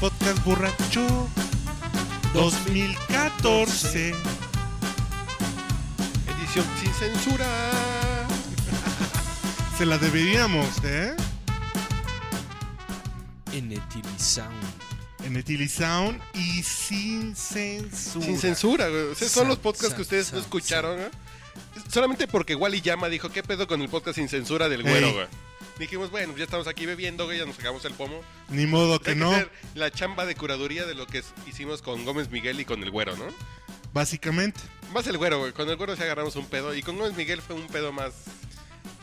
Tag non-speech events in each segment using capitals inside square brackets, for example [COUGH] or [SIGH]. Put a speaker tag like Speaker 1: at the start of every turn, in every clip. Speaker 1: Podcast borracho 2014.
Speaker 2: Edición sin censura.
Speaker 1: Se la deberíamos, ¿eh?
Speaker 3: En Etili Sound.
Speaker 1: En Etili Sound y sin censura.
Speaker 2: Sin censura, güey. O sea, son
Speaker 3: Sa-
Speaker 2: los podcasts
Speaker 3: sa-
Speaker 2: que ustedes no
Speaker 3: sa-
Speaker 2: escucharon, ¿no? Solamente porque Wally Llama dijo, ¿qué pedo con el podcast sin censura del güero,
Speaker 1: Ey.
Speaker 2: güey? Dijimos, bueno, ya estamos aquí bebiendo, güey, ya nos sacamos el pomo.
Speaker 1: Ni modo que
Speaker 2: Hay que
Speaker 1: no.
Speaker 2: hacer la chamba de curaduría de lo que es- hicimos con Gómez Miguel y con el güero, ¿no?
Speaker 1: Básicamente.
Speaker 2: Más el güero, güey. Con el güero sí agarramos un pedo y con Gómez Miguel fue un pedo más...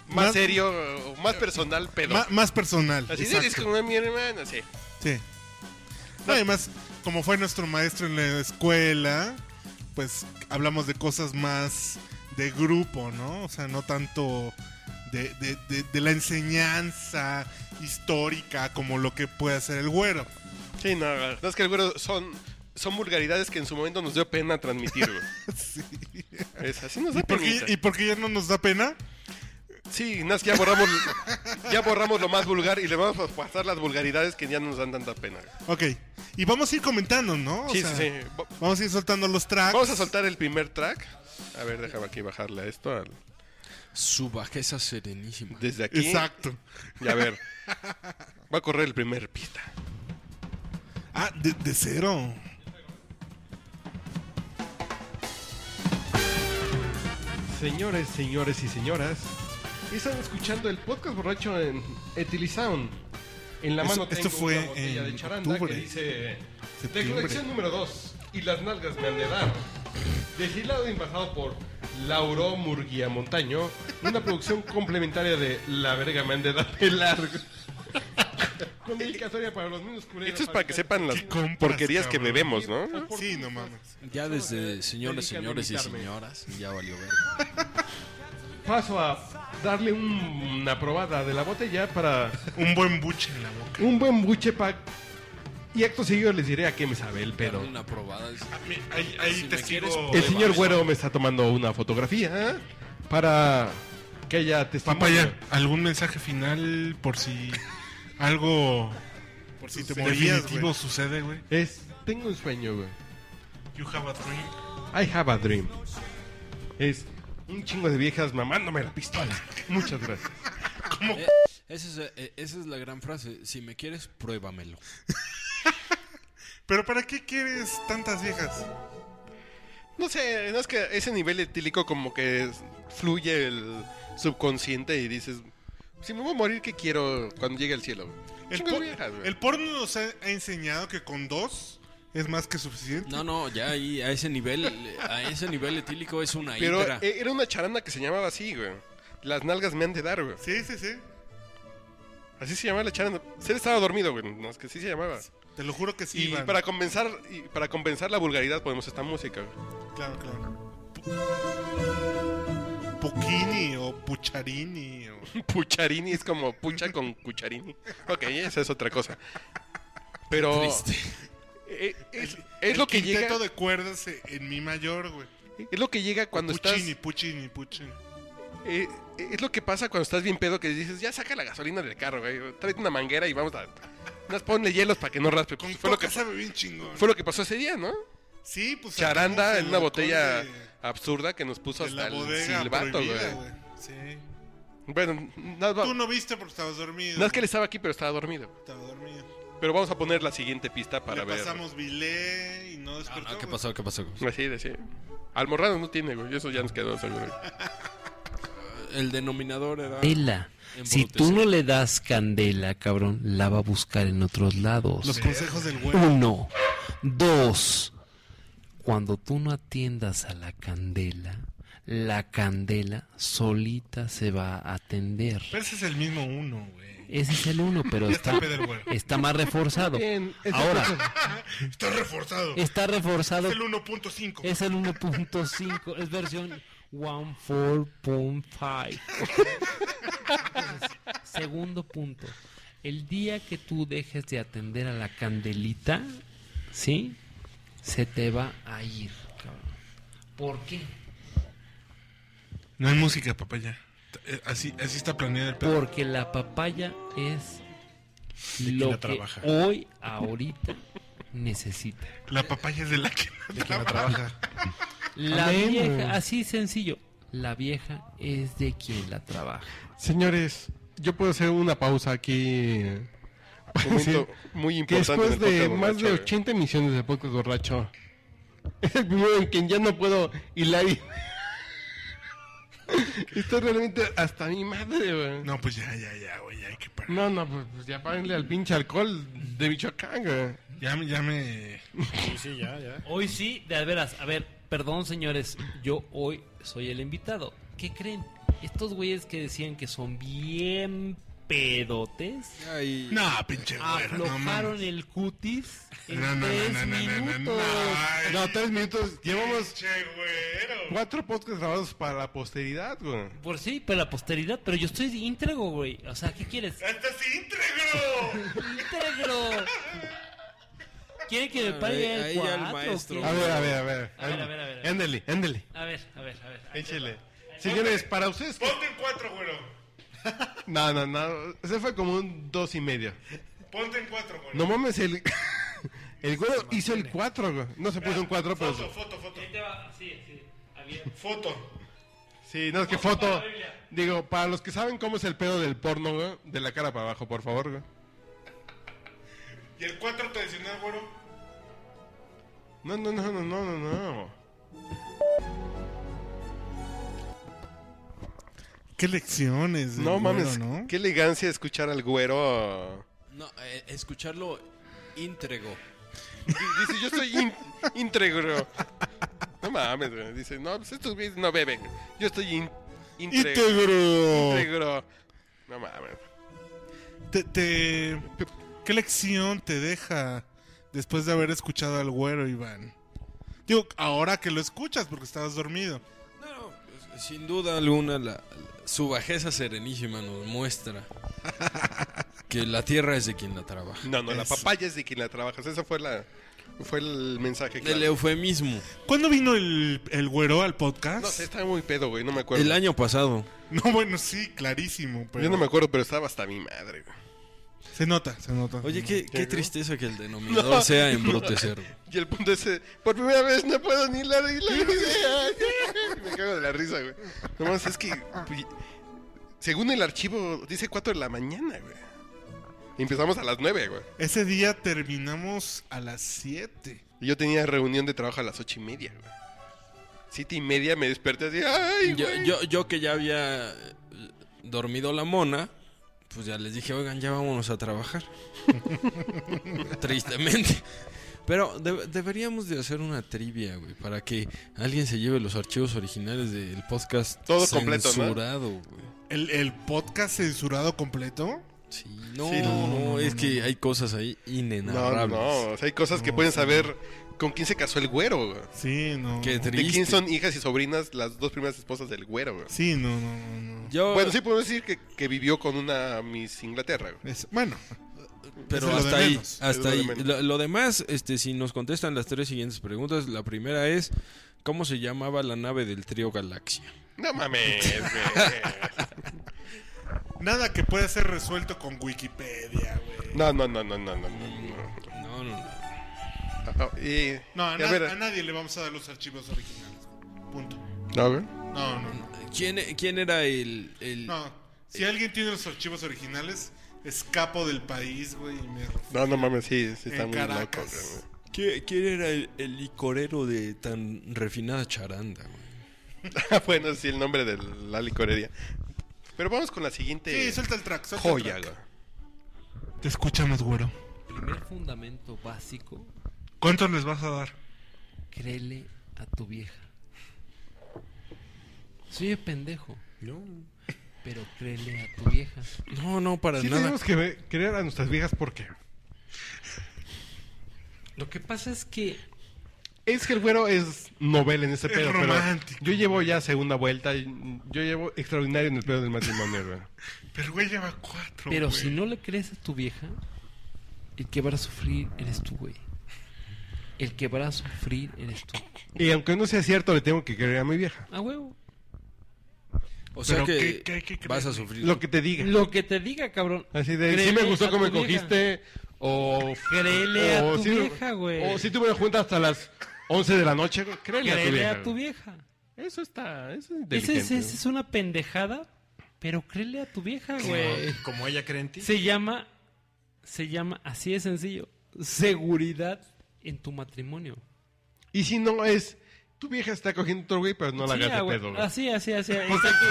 Speaker 2: Más,
Speaker 1: Más-
Speaker 2: serio, o más personal pedo.
Speaker 1: Ma- más personal.
Speaker 2: Así de
Speaker 1: exacto.
Speaker 2: eres como mi hermana, sí.
Speaker 1: Sí. No, además, como fue nuestro maestro en la escuela, pues hablamos de cosas más de grupo, ¿no? O sea, no tanto de, de- de- de la enseñanza histórica como lo que puede hacer el güero.
Speaker 2: Sí, no, no, es que el güero son, son vulgaridades que en su momento nos dio pena transmitir, güey.
Speaker 1: Sí.
Speaker 2: Es así
Speaker 1: [LAUGHS]
Speaker 2: nos
Speaker 1: ¿Y
Speaker 2: da
Speaker 1: por, qué,
Speaker 2: penita.
Speaker 1: ¿Y por qué ya no nos da pena?
Speaker 2: Sí, no, es que ya borramos, ya borramos lo más vulgar y le vamos a pasar las vulgaridades que ya no nos dan tanta pena.
Speaker 1: Ok. Y vamos a ir comentando, ¿no? O
Speaker 2: Sí,
Speaker 1: sea,
Speaker 2: sí, sí. Va-
Speaker 1: Vamos a ir soltando los tracks.
Speaker 2: Vamos a soltar el primer track. A ver, déjame aquí bajarle a esto al-
Speaker 3: Su bajeza serenísima.
Speaker 2: desde aquí.
Speaker 1: Exacto.
Speaker 2: Y a ver, va a correr el primer pista.
Speaker 1: Ah, de, de cero.
Speaker 2: Señores, señores y señoras, están escuchando el podcast borracho en Etilisound. En la
Speaker 1: Eso-
Speaker 2: mano
Speaker 1: esto
Speaker 2: tengo
Speaker 1: fue
Speaker 2: una
Speaker 1: en
Speaker 2: botella de charanda
Speaker 1: octubre.
Speaker 2: que dice
Speaker 1: Septiembre.
Speaker 2: Declaración número 2 y las nalgas me han de dar. Deshilado y envasado por Lauro Murguía Montaño, una producción complementaria de La verga me han de dar de largo. [LAUGHS] Con dedicatoria para los niños culeros.
Speaker 4: Esto es para que sepan las
Speaker 1: Qué compras,
Speaker 4: porquerías que
Speaker 1: cabrón.
Speaker 4: bebemos, ¿no?
Speaker 1: Sí, no mames.
Speaker 3: Ya desde señores,
Speaker 2: Dedican a
Speaker 3: señores y
Speaker 2: imitarme.
Speaker 3: señoras. Ya valió ver. [LAUGHS]
Speaker 2: Paso a darle un- una probada de la botella para
Speaker 1: Un buen buche en la boca.
Speaker 2: un buen buche pack. Y acto seguido les diré a qué me sabe el pedo.
Speaker 3: Darle Una probada.
Speaker 1: Ah, Ahí, ahí
Speaker 3: Si me
Speaker 1: te
Speaker 3: quieres-
Speaker 1: sigo.
Speaker 2: El señor Güero me está tomando una fotografía ¿eh? para que haya testimonio.
Speaker 1: Papaya, ¿algún mensaje final por si algo
Speaker 2: por
Speaker 1: si te
Speaker 2: morías,
Speaker 1: definitivo sucede, güey?
Speaker 2: Es, tengo un sueño, güey.
Speaker 1: You have a dream.
Speaker 2: I have a dream. Es un chingo de viejas mamándome la pistola. [LAUGHS] Muchas gracias.
Speaker 3: Eh, esa, es, eh, esa es la gran frase. Si me quieres, pruébamelo.
Speaker 1: ¿Pero para qué quieres tantas viejas?
Speaker 2: No sé, no es que ese nivel etílico como que es- fluye el subconsciente y dices, si me voy a morir, ¿qué quiero cuando llegue al cielo?
Speaker 1: El,
Speaker 2: Chingo de
Speaker 1: por-
Speaker 2: viejas, güey.
Speaker 1: el porno nos ha, ha enseñado que con dos es más que suficiente.
Speaker 3: No, no, ya ahí, a ese nivel, eh, a ese nivel etílico es una
Speaker 2: Pero
Speaker 3: hidra.
Speaker 2: eh, era una charanda que se llamaba así, güey. Las nalgas me han de dar, güey.
Speaker 1: Sí, sí, sí.
Speaker 2: Así se llamaba la charanda. Se le estaba dormido, güey. No, es que sí se llamaba.
Speaker 1: Te lo juro que sí.
Speaker 2: y
Speaker 1: Iván.
Speaker 2: para compensar y para compensar la vulgaridad ponemos esta música, güey. [LAUGHS]
Speaker 1: Claro, claro. Pu- Pucchini o Pucharini. o-
Speaker 2: Pucharini es como pucha con cucharini. Ok, esa es otra cosa. Pero
Speaker 3: Triste.
Speaker 2: eh, [LAUGHS] es, es
Speaker 1: El
Speaker 2: lo que
Speaker 1: quinteto
Speaker 2: llega
Speaker 1: de cuerdas eh, en mi mayor, güey.
Speaker 2: es lo que llega cuando estás
Speaker 1: Puccini, Puccini, Puccini.
Speaker 2: Eh, es lo que pasa cuando estás bien pedo que dices, ya saca la gasolina del carro, güey. Tráete una manguera y vamos a. Unas ponle hielos para que no raspe.
Speaker 1: Con
Speaker 2: fue, lo que,
Speaker 1: sabe bien chingón.
Speaker 2: fue lo que pasó ese día, ¿no?
Speaker 1: Sí, pues.
Speaker 2: Charanda
Speaker 1: sacamos
Speaker 2: en
Speaker 1: el
Speaker 2: una
Speaker 1: alcohol
Speaker 2: botella
Speaker 1: de-
Speaker 2: absurda que nos puso
Speaker 1: de la
Speaker 2: hasta el
Speaker 1: bodega
Speaker 2: silbato,
Speaker 1: prohibida, güey.
Speaker 2: güey.
Speaker 1: Sí.
Speaker 2: Bueno, no,
Speaker 1: Tú
Speaker 2: no-
Speaker 1: no viste porque estabas dormido.
Speaker 2: no es que él
Speaker 1: güey.
Speaker 2: estaba aquí, pero estaba dormido.
Speaker 1: Estaba dormido.
Speaker 2: Pero vamos a poner la siguiente pista para
Speaker 1: Le
Speaker 2: ver.
Speaker 1: pasamos bilé y no
Speaker 3: Ah,
Speaker 1: despertó.
Speaker 3: no, ¿Qué
Speaker 1: güey.
Speaker 3: pasó? ¿Qué pasó?
Speaker 2: Así de sí. Almorrano no tiene, güey. Eso ya nos quedó seguro.
Speaker 3: El denominador era.
Speaker 5: Candela. Si tú no le das candela, cabrón, la va a buscar en otros lados.
Speaker 1: Los consejos del güey.
Speaker 5: Uno. Dos. Cuando tú no atiendas a la candela, la candela solita se va a atender.
Speaker 1: Pero ese es el mismo uno, güey.
Speaker 5: Ese es el uno, pero
Speaker 1: Ya está
Speaker 5: está,
Speaker 1: pedo el güey.
Speaker 5: está más reforzado. Ahora,
Speaker 1: Está
Speaker 2: [LAUGHS]
Speaker 1: reforzado. Es
Speaker 5: está reforzado.
Speaker 1: el 1.5.
Speaker 5: Es el 1.5. Es versión 14.5. Segundo punto. El día que tú dejes de atender a la candelita, ¿sí? Se te va a ir, cabrón. ¿Por qué?
Speaker 1: No hay música, papaya. T- eh, Así, así está planeado el pedo.
Speaker 5: Porque la papaya es
Speaker 1: quién
Speaker 5: lo
Speaker 1: la
Speaker 5: que
Speaker 1: trabaja?
Speaker 5: hoy, ahorita, necesita.
Speaker 1: La papaya es de la que
Speaker 2: ¿De quién la trabaja?
Speaker 5: La
Speaker 6: Amén.
Speaker 5: vieja, así sencillo, la vieja es de quien la trabaja.
Speaker 6: Señores, yo puedo hacer una pausa aquí. eh, [LAUGHS] para
Speaker 2: Momento
Speaker 6: decir
Speaker 2: muy
Speaker 6: que
Speaker 2: importante en
Speaker 6: después
Speaker 2: el
Speaker 6: de
Speaker 2: podcast
Speaker 6: más de
Speaker 2: borracho, eh.
Speaker 6: 80 emisiones de Podcast Borracho, [LAUGHS] es el primero en quien ya no puedo hilar. y- [LAUGHS] Estoy realmente hasta mi madre, güey.
Speaker 1: No, pues ya, ya, ya, güey, ya hay que parar.
Speaker 6: No, no, pues, pues ya párenle al pinche alcohol de Michoacán, güey.
Speaker 1: Ya, me- ya me...
Speaker 2: güey. Sí, sí, ya, ya.
Speaker 5: Hoy sí, de veras, a ver, perdón señores, yo hoy soy el invitado. ¿Qué creen? Estos güeyes que decían que son bien pedotes,
Speaker 3: Ay,
Speaker 1: No, pinche
Speaker 5: Ah,
Speaker 1: güero, no
Speaker 5: aflojaron
Speaker 1: mames.
Speaker 5: el cutis en
Speaker 1: No, no, no,
Speaker 5: tres
Speaker 1: no, no, no, no,
Speaker 5: minutos.
Speaker 1: Ay,
Speaker 6: No, tres minutos. Llevamos
Speaker 1: Pinche güero.
Speaker 6: cuatro podcasts grabados para la posteridad, güey.
Speaker 5: Por sí, para la posteridad, pero yo estoy íntegro, güey. O sea, ¿qué [LAUGHS] quieres?
Speaker 1: ¡Hasta se íntegro!
Speaker 5: ¡Íntegro! ¿Quiere que me
Speaker 3: Ah,
Speaker 5: pague
Speaker 3: ahí-
Speaker 5: el
Speaker 3: ahí ya el
Speaker 5: cuatro,
Speaker 3: maestro.
Speaker 5: o qué?
Speaker 6: A ver, a ver, a ver.
Speaker 5: A ver, a ver, a ver.
Speaker 6: Éndele, éndele.
Speaker 5: A ver, a ver, a ver.
Speaker 6: Échele. Señores, para ustedes.
Speaker 1: Ponte en cuatro, güero.
Speaker 6: No, no, no. Ese fue como un dos y medio.
Speaker 1: Ponte en cuatro, güero.
Speaker 6: No mames, el. [LAUGHS] El güero hizo el cuatro, güey. No se puso un cuatro, pero.
Speaker 1: Foto, foto, foto.
Speaker 5: Ahí te va, sí, sí. Abierto.
Speaker 1: Foto.
Speaker 6: Sí, no, es que foto. Digo, para los que saben cómo es el pedo del porno, güey. De la cara para abajo, por favor, güey.
Speaker 1: ¿Y el cuatro tradicional, güero?
Speaker 6: No, no, no, no, no, no, no.
Speaker 1: Qué lecciones.
Speaker 6: No mames,
Speaker 1: ¿no?
Speaker 2: qué elegancia escuchar al güero.
Speaker 3: no, eh, escucharlo íntegro.
Speaker 2: Dice, yo soy
Speaker 6: [LAUGHS]
Speaker 2: in- íntegro. No mames, güey. Dice, no, pues estos güeyes no beben. Yo estoy in- íntegro.
Speaker 1: ¡Íntegro!
Speaker 2: Íntegro. No mames.
Speaker 1: Te, te- ¿Qué lección te deja después de haber escuchado al güero, Iván? Digo, ahora que lo escuchas porque estabas dormido.
Speaker 3: No, no, pues, sin duda alguna, la- la- su bajeza serenísima nos muestra que la tierra es de quien la trabaja.
Speaker 2: No, no, la
Speaker 1: Eso.
Speaker 2: papaya es de quien la trabajas. Ese fue la fue el mensaje
Speaker 3: El
Speaker 2: claro.
Speaker 3: eufemismo.
Speaker 1: ¿Cuándo vino el, el güero al podcast?
Speaker 2: No sé, estaba muy pedo, güey, no me acuerdo.
Speaker 3: El año pasado.
Speaker 1: [LAUGHS] No, bueno, sí, clarísimo. Pero
Speaker 2: Yo no me acuerdo, pero estaba hasta mi madre, güey.
Speaker 1: Se nota, se nota.
Speaker 3: Oye,
Speaker 1: Se
Speaker 3: qué, qué tristeza que el denominador sea embrutecer. güey.
Speaker 2: Y el punto ese, por primera vez no puedo ni la, ni la [LAUGHS] idea. Me cago de la risa, güey. Nomás es que, pues, según el archivo, dice 4 de la mañana, güey. Y empezamos a las 9, güey.
Speaker 1: nota. Ese día terminamos a las 7.
Speaker 2: Y yo tenía reunión de trabajo a las 8 y media, güey. 7 y media me desperté así, ay,
Speaker 3: Yo,
Speaker 2: güey.
Speaker 3: yo, yo que ya había eh, dormido la mona, pues ya les dije, oigan, ya vámonos a trabajar. Tristemente. Pero de- deberíamos de hacer una trivia, güey, para que alguien se lleve los archivos originales del podcast
Speaker 2: Todo completo, ¿no?
Speaker 3: censurado, güey.
Speaker 1: ¿El, el podcast censurado completo?
Speaker 3: Sí, no,
Speaker 2: Sí,
Speaker 1: no,
Speaker 3: no,
Speaker 2: no,
Speaker 1: no,
Speaker 3: es
Speaker 1: no,
Speaker 3: que
Speaker 1: no.
Speaker 3: hay cosas ahí
Speaker 2: No, no,
Speaker 3: inenarrables.
Speaker 2: no. O sea, hay cosas que
Speaker 1: No,
Speaker 2: pueden
Speaker 1: sí.
Speaker 2: saber con quién se casó el güero, güey.
Speaker 1: Sí, no.
Speaker 3: Qué
Speaker 2: De quién
Speaker 3: triste.
Speaker 2: son hijas y sobrinas las dos primeras esposas del güero, güey.
Speaker 1: Sí, no, no, no. no.
Speaker 3: Yo,
Speaker 2: Bueno, sí podemos decir que, que vivió con una Miss Inglaterra, güey.
Speaker 1: Es- bueno,
Speaker 3: Pero
Speaker 1: Es lo
Speaker 3: hasta
Speaker 1: de
Speaker 3: ahí,
Speaker 1: menos.
Speaker 2: Es
Speaker 3: hasta
Speaker 2: lo de
Speaker 3: ahí.
Speaker 2: menos.
Speaker 3: Lo, lo demás, este, si nos contestan las tres siguientes preguntas, la primera es ¿cómo se llamaba la nave del trío Galaxia?
Speaker 2: No mames, güey.
Speaker 1: nada que pueda ser resuelto con Wikipedia, güey.
Speaker 2: No, no, no, no, no, no, no, no.
Speaker 3: No, no, no.
Speaker 2: Ah, ah, y-
Speaker 1: No, a,
Speaker 2: y a
Speaker 1: na-
Speaker 2: ver,
Speaker 1: a nadie le vamos a dar los archivos originales. Punto.
Speaker 2: a ver.
Speaker 1: No, no, no.
Speaker 3: ¿Quién, quién era el, el-
Speaker 1: No. Si alguien tiene los archivos originales, escapo del país, güey, y me
Speaker 2: No, no mames, sí, sí está
Speaker 1: En
Speaker 2: muy loco.
Speaker 1: Caracas.
Speaker 2: güey.
Speaker 3: ¿Qui- quién era el, el licorero de tan refinada charanda? güey?
Speaker 2: Ah, [LAUGHS] bueno, sí, el nombre de la licorería. Pero vamos con la siguiente
Speaker 1: Sí, suelta el track, suelta
Speaker 2: joya,
Speaker 1: el
Speaker 2: güey.
Speaker 1: track. Te escuchamos, güero.
Speaker 5: Primer fundamento básico,
Speaker 1: ¿Cuánto les vas a dar?
Speaker 5: créele a tu vieja. Soy el pendejo,
Speaker 3: No,
Speaker 5: pero créele a tu vieja.
Speaker 3: no, no, para
Speaker 5: Pues
Speaker 6: Sí,
Speaker 3: nada.
Speaker 6: tenemos que ver- querer a nuestras viejas porque.
Speaker 5: Lo que pasa es que
Speaker 6: Es que el güero es novela en ese
Speaker 1: Es
Speaker 6: pedo, pero
Speaker 1: romántico.
Speaker 6: yo llevo ya segunda vuelta, y yo llevo extraordinario en el pedo del matrimonio, güey.
Speaker 1: Pero, güey, lleva cuatro.
Speaker 5: Pero
Speaker 1: güey.
Speaker 5: si no le crees a tu vieja, el que va a sufrir eres tú, güey. El que va a sufrir eres tú.
Speaker 6: Y aunque no sea cierto, le tengo que querer a mi vieja.
Speaker 5: A huevo.
Speaker 3: O
Speaker 1: Pero
Speaker 3: sea que
Speaker 1: ¿qué- qué hay que creer,
Speaker 3: vas a
Speaker 1: güey?
Speaker 3: sufrir.
Speaker 7: Lo que te diga.
Speaker 5: Lo que te diga, cabrón.
Speaker 7: Así de,
Speaker 5: Créele
Speaker 6: Sí me gustó
Speaker 5: a
Speaker 6: cómo me
Speaker 5: tu vieja.
Speaker 6: cogiste. O.
Speaker 5: Créele a
Speaker 6: o
Speaker 5: tu
Speaker 6: sí-
Speaker 5: vieja, güey.
Speaker 6: O si tuve junta hasta las 11 de la noche, güey. Créele,
Speaker 5: Créele
Speaker 6: a tu vieja.
Speaker 5: vieja.
Speaker 6: güey. Eso está. Eso es
Speaker 5: Esa
Speaker 6: inteligente.
Speaker 5: es, esa es una pendejada, pero créele a tu vieja, güey.
Speaker 8: Como, como ella cree en ti.
Speaker 5: Se llama, se llama, así de sencillo, seguridad en tu matrimonio.
Speaker 6: Y si no es. Tu vieja está cogiendo otro güey, pero no la
Speaker 5: Sí,
Speaker 6: hagas
Speaker 5: ah,
Speaker 6: de
Speaker 5: güey.
Speaker 6: pedo, güey.
Speaker 5: Así, así, así. exacto.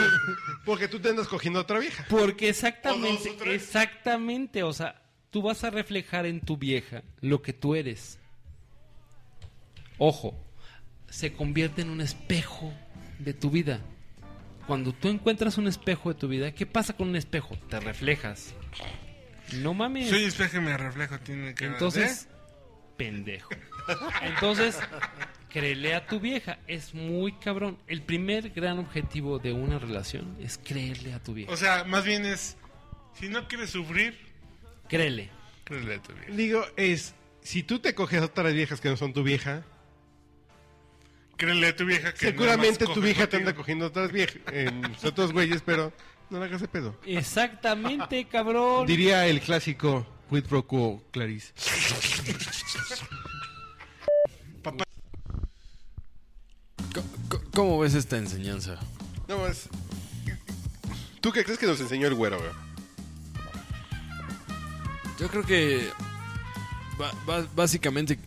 Speaker 6: Porque tú te andas cogiendo a otra vieja.
Speaker 5: Porque
Speaker 1: O dos
Speaker 5: exactamente,
Speaker 1: o tres.
Speaker 5: exactamente, o sea, tú vas a reflejar en tu vieja lo que tú eres. Ojo, se convierte en un espejo de tu vida. Cuando tú encuentras un espejo de tu vida, ¿qué pasa con un espejo? Te reflejas. No mames.
Speaker 1: Soy espejo y me reflejo. Tiene que ¿eh?
Speaker 5: Entonces,
Speaker 1: [LAUGHS]
Speaker 5: pendejo. Entonces, créele a tu vieja. Es muy cabrón. El primer gran objetivo de una relación es creerle a tu vieja.
Speaker 1: O sea, más bien es. Si no quieres sufrir,
Speaker 5: Créele.
Speaker 1: créele a tu vieja.
Speaker 6: Digo, es. Si tú te coges a otras viejas que no son tu vieja,
Speaker 1: Créele a tu vieja que.
Speaker 6: seguramente
Speaker 1: nada más
Speaker 6: tu
Speaker 1: coge
Speaker 6: vieja te
Speaker 1: contigo.
Speaker 6: anda cogiendo a otras viejas. [LAUGHS] otros güeyes, pero no la hagas de pedo.
Speaker 1: [LAUGHS]
Speaker 5: Exactamente, cabrón.
Speaker 6: Diría el clásico quid pro quo, Clarice.
Speaker 3: Co- co- ¿Cómo ves esta enseñanza?
Speaker 2: No más. ¿Tú qué crees que nos enseñó el güero, güey?
Speaker 3: Yo creo que ba- ba- básicamente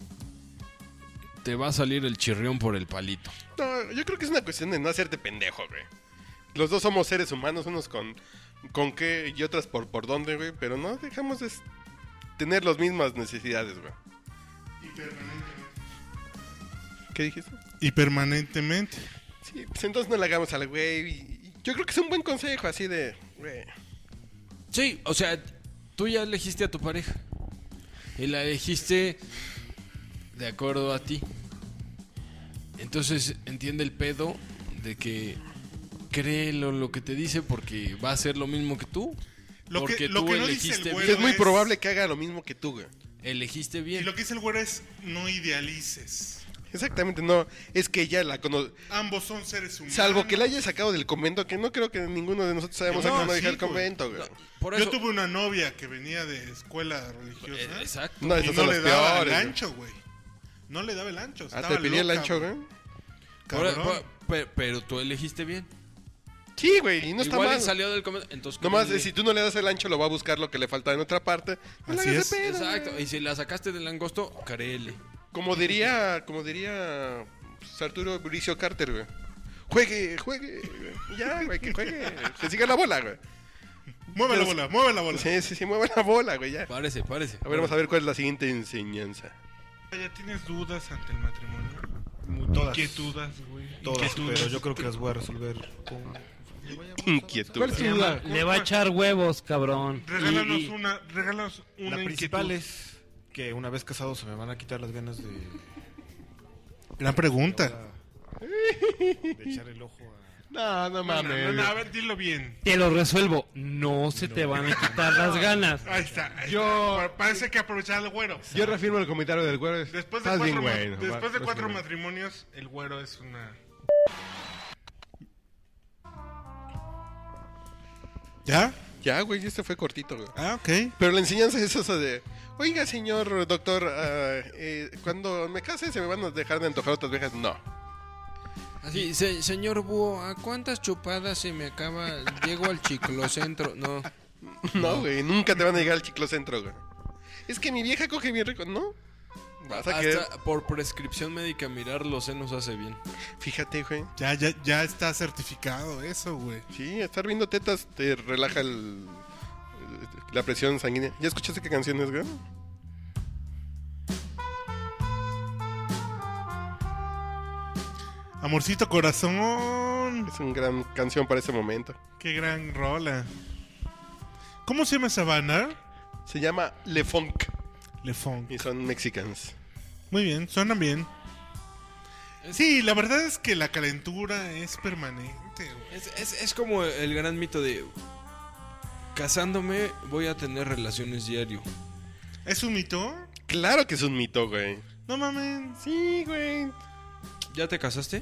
Speaker 3: te va a salir el chirrión por el palito.
Speaker 2: No, yo creo que es una cuestión de no hacerte pendejo, güey. Los dos somos seres humanos, unos con, con qué y otras por, por dónde, güey. Pero no dejamos de s- tener las mismas necesidades, güey. ¿Qué dijiste?
Speaker 1: Y permanentemente.
Speaker 2: Sí, pues entonces no le hagamos al güey. y- y Yo creo que es un buen consejo, así de, güey.
Speaker 3: Sí, o sea, tú ya elegiste a tu pareja. Y la elegiste de acuerdo a ti. Entonces entiende el pedo de que créelo lo que te dice porque va a ser lo mismo que tú.
Speaker 1: Lo que-
Speaker 3: porque
Speaker 1: lo
Speaker 3: tú
Speaker 1: que no dice el
Speaker 3: elegiste bien.
Speaker 1: güey-
Speaker 2: Es muy
Speaker 1: es-
Speaker 2: probable que haga lo mismo que tú, güey.
Speaker 3: Elegiste
Speaker 1: Y
Speaker 3: bien.
Speaker 1: lo que dice el güero es: no idealices.
Speaker 2: Exactamente, no. Es que ya la conoce.
Speaker 1: Ambos son seres humanos.
Speaker 2: Salvo que la haya sacado del convento, que no creo que ninguno de nosotros sabemos
Speaker 1: No,
Speaker 2: a cómo
Speaker 1: sí,
Speaker 2: dejar el
Speaker 1: güey.
Speaker 2: convento, güey.
Speaker 3: Por
Speaker 1: Yo
Speaker 3: eso,
Speaker 1: tuve una novia que venía de escuela
Speaker 3: eh,
Speaker 1: religiosa.
Speaker 3: Exacto.
Speaker 2: No,
Speaker 1: Y
Speaker 2: esos
Speaker 1: no
Speaker 2: son
Speaker 1: le
Speaker 2: los
Speaker 1: daba
Speaker 2: peores.
Speaker 1: el
Speaker 2: güey.
Speaker 1: ancho, güey. No le daba el ancho.
Speaker 2: Ah,
Speaker 1: estaba
Speaker 2: te pedí el
Speaker 1: loca,
Speaker 2: ancho, güey.
Speaker 1: Cabrón.
Speaker 3: Por- por- pero, pero tú elegiste bien.
Speaker 2: Sí, güey, y no está
Speaker 3: Igual y
Speaker 2: mal.
Speaker 3: salió del comentario. Entonces,
Speaker 2: Nomás,
Speaker 3: créele.
Speaker 2: eh, si tú no le das el ancho, lo va a buscar lo que le falta en otra parte. No le
Speaker 1: Así
Speaker 2: hagas de
Speaker 1: es.
Speaker 2: pedo,
Speaker 3: Exacto.
Speaker 2: güey.
Speaker 3: Y si la sacaste del angosto, créele.
Speaker 2: Como diría, como diría pues, Arturo Bricio Carter, güey. Juegue, juegue. güey. Ya, güey, que juegue. Que siga la bola, güey.
Speaker 1: Mueve la bola, mueve la bola.
Speaker 2: Sí, sí, sí, mueve la bola, güey, ya.
Speaker 3: Párese, párese.
Speaker 2: A ver, vamos a ver cuál es la siguiente enseñanza.
Speaker 1: ¿Ya tienes dudas ante el matrimonio?
Speaker 8: Todas.
Speaker 1: Inquietudas, güey.
Speaker 8: Todas,
Speaker 1: Inquietudes.
Speaker 8: pero yo creo que las voy a resolver con...
Speaker 2: Inquietud.
Speaker 6: ¿Cuál es
Speaker 2: güey.
Speaker 6: tu Pues duda?
Speaker 5: Le va a echar huevos, cabrón.
Speaker 1: Regálanos
Speaker 5: Y- y-
Speaker 1: una, regálanos una
Speaker 8: La
Speaker 1: inquietud.
Speaker 8: principal es que una vez casado se me van a quitar las ganas de...
Speaker 1: Gran pregunta.
Speaker 8: De echar el ojo a...
Speaker 6: No, no
Speaker 1: No, no,
Speaker 6: mames.
Speaker 1: no, a ver, dilo bien.
Speaker 5: Te lo resuelvo. No se te van a quitar las
Speaker 1: [LAUGHS]
Speaker 5: ganas.
Speaker 1: Ahí está. ahí
Speaker 6: Yo-
Speaker 1: está. Pa- Parece que aprovechaba el güero.
Speaker 6: Yo reafirmo el comentario del güero. es,
Speaker 1: Después de
Speaker 6: "Estás
Speaker 1: cuatro,
Speaker 6: bien,
Speaker 1: ma-
Speaker 6: güey, no,
Speaker 1: después de
Speaker 6: vas-
Speaker 1: cuatro
Speaker 6: vas bien".
Speaker 1: matrimonios, el güero es una... ¿Ya?
Speaker 2: Ya, güey, este fue cortito, güey.
Speaker 1: Ah, ok.
Speaker 2: Pero la enseñanza es eso de, oiga, señor doctor, ah, eh, cuando me case se me van a dejar de antojar otras viejas. No. [LAUGHS]
Speaker 3: Así, se- señor Búho, ¿a cuántas chupadas se me acaba? [LAUGHS] Llego al chiclocentro. No.
Speaker 2: No, güey, nunca te van a llegar al chiclocentro, güey. Es que mi vieja coge bien rico, ¿no? Vas a querer...
Speaker 3: Hasta por prescripción médica mirar los senos hace bien.
Speaker 2: Fíjate, güey.
Speaker 1: Ya, ya, ya está certificado eso, güey.
Speaker 2: Sí, estar viendo tetas te relaja el- la presión sanguínea. ¿Ya escuchaste qué canción es, güey?
Speaker 1: Amorcito corazón.
Speaker 2: Es una gran canción para ese momento.
Speaker 1: Qué gran rola. ¿Cómo se llama esa banda?
Speaker 2: Se llama Le Funk
Speaker 1: Le Funk.
Speaker 2: y son mexicans.
Speaker 1: Muy bien, suenan bien. Sí, la verdad es que la calentura es permanente. güey.
Speaker 3: Es, es- es como el gran mito de... Casándome voy a tener relaciones diario.
Speaker 1: ¿Es un mito?
Speaker 2: Claro que es un mito, güey.
Speaker 1: No mames.
Speaker 2: Sí, güey.
Speaker 3: ¿Ya te casaste?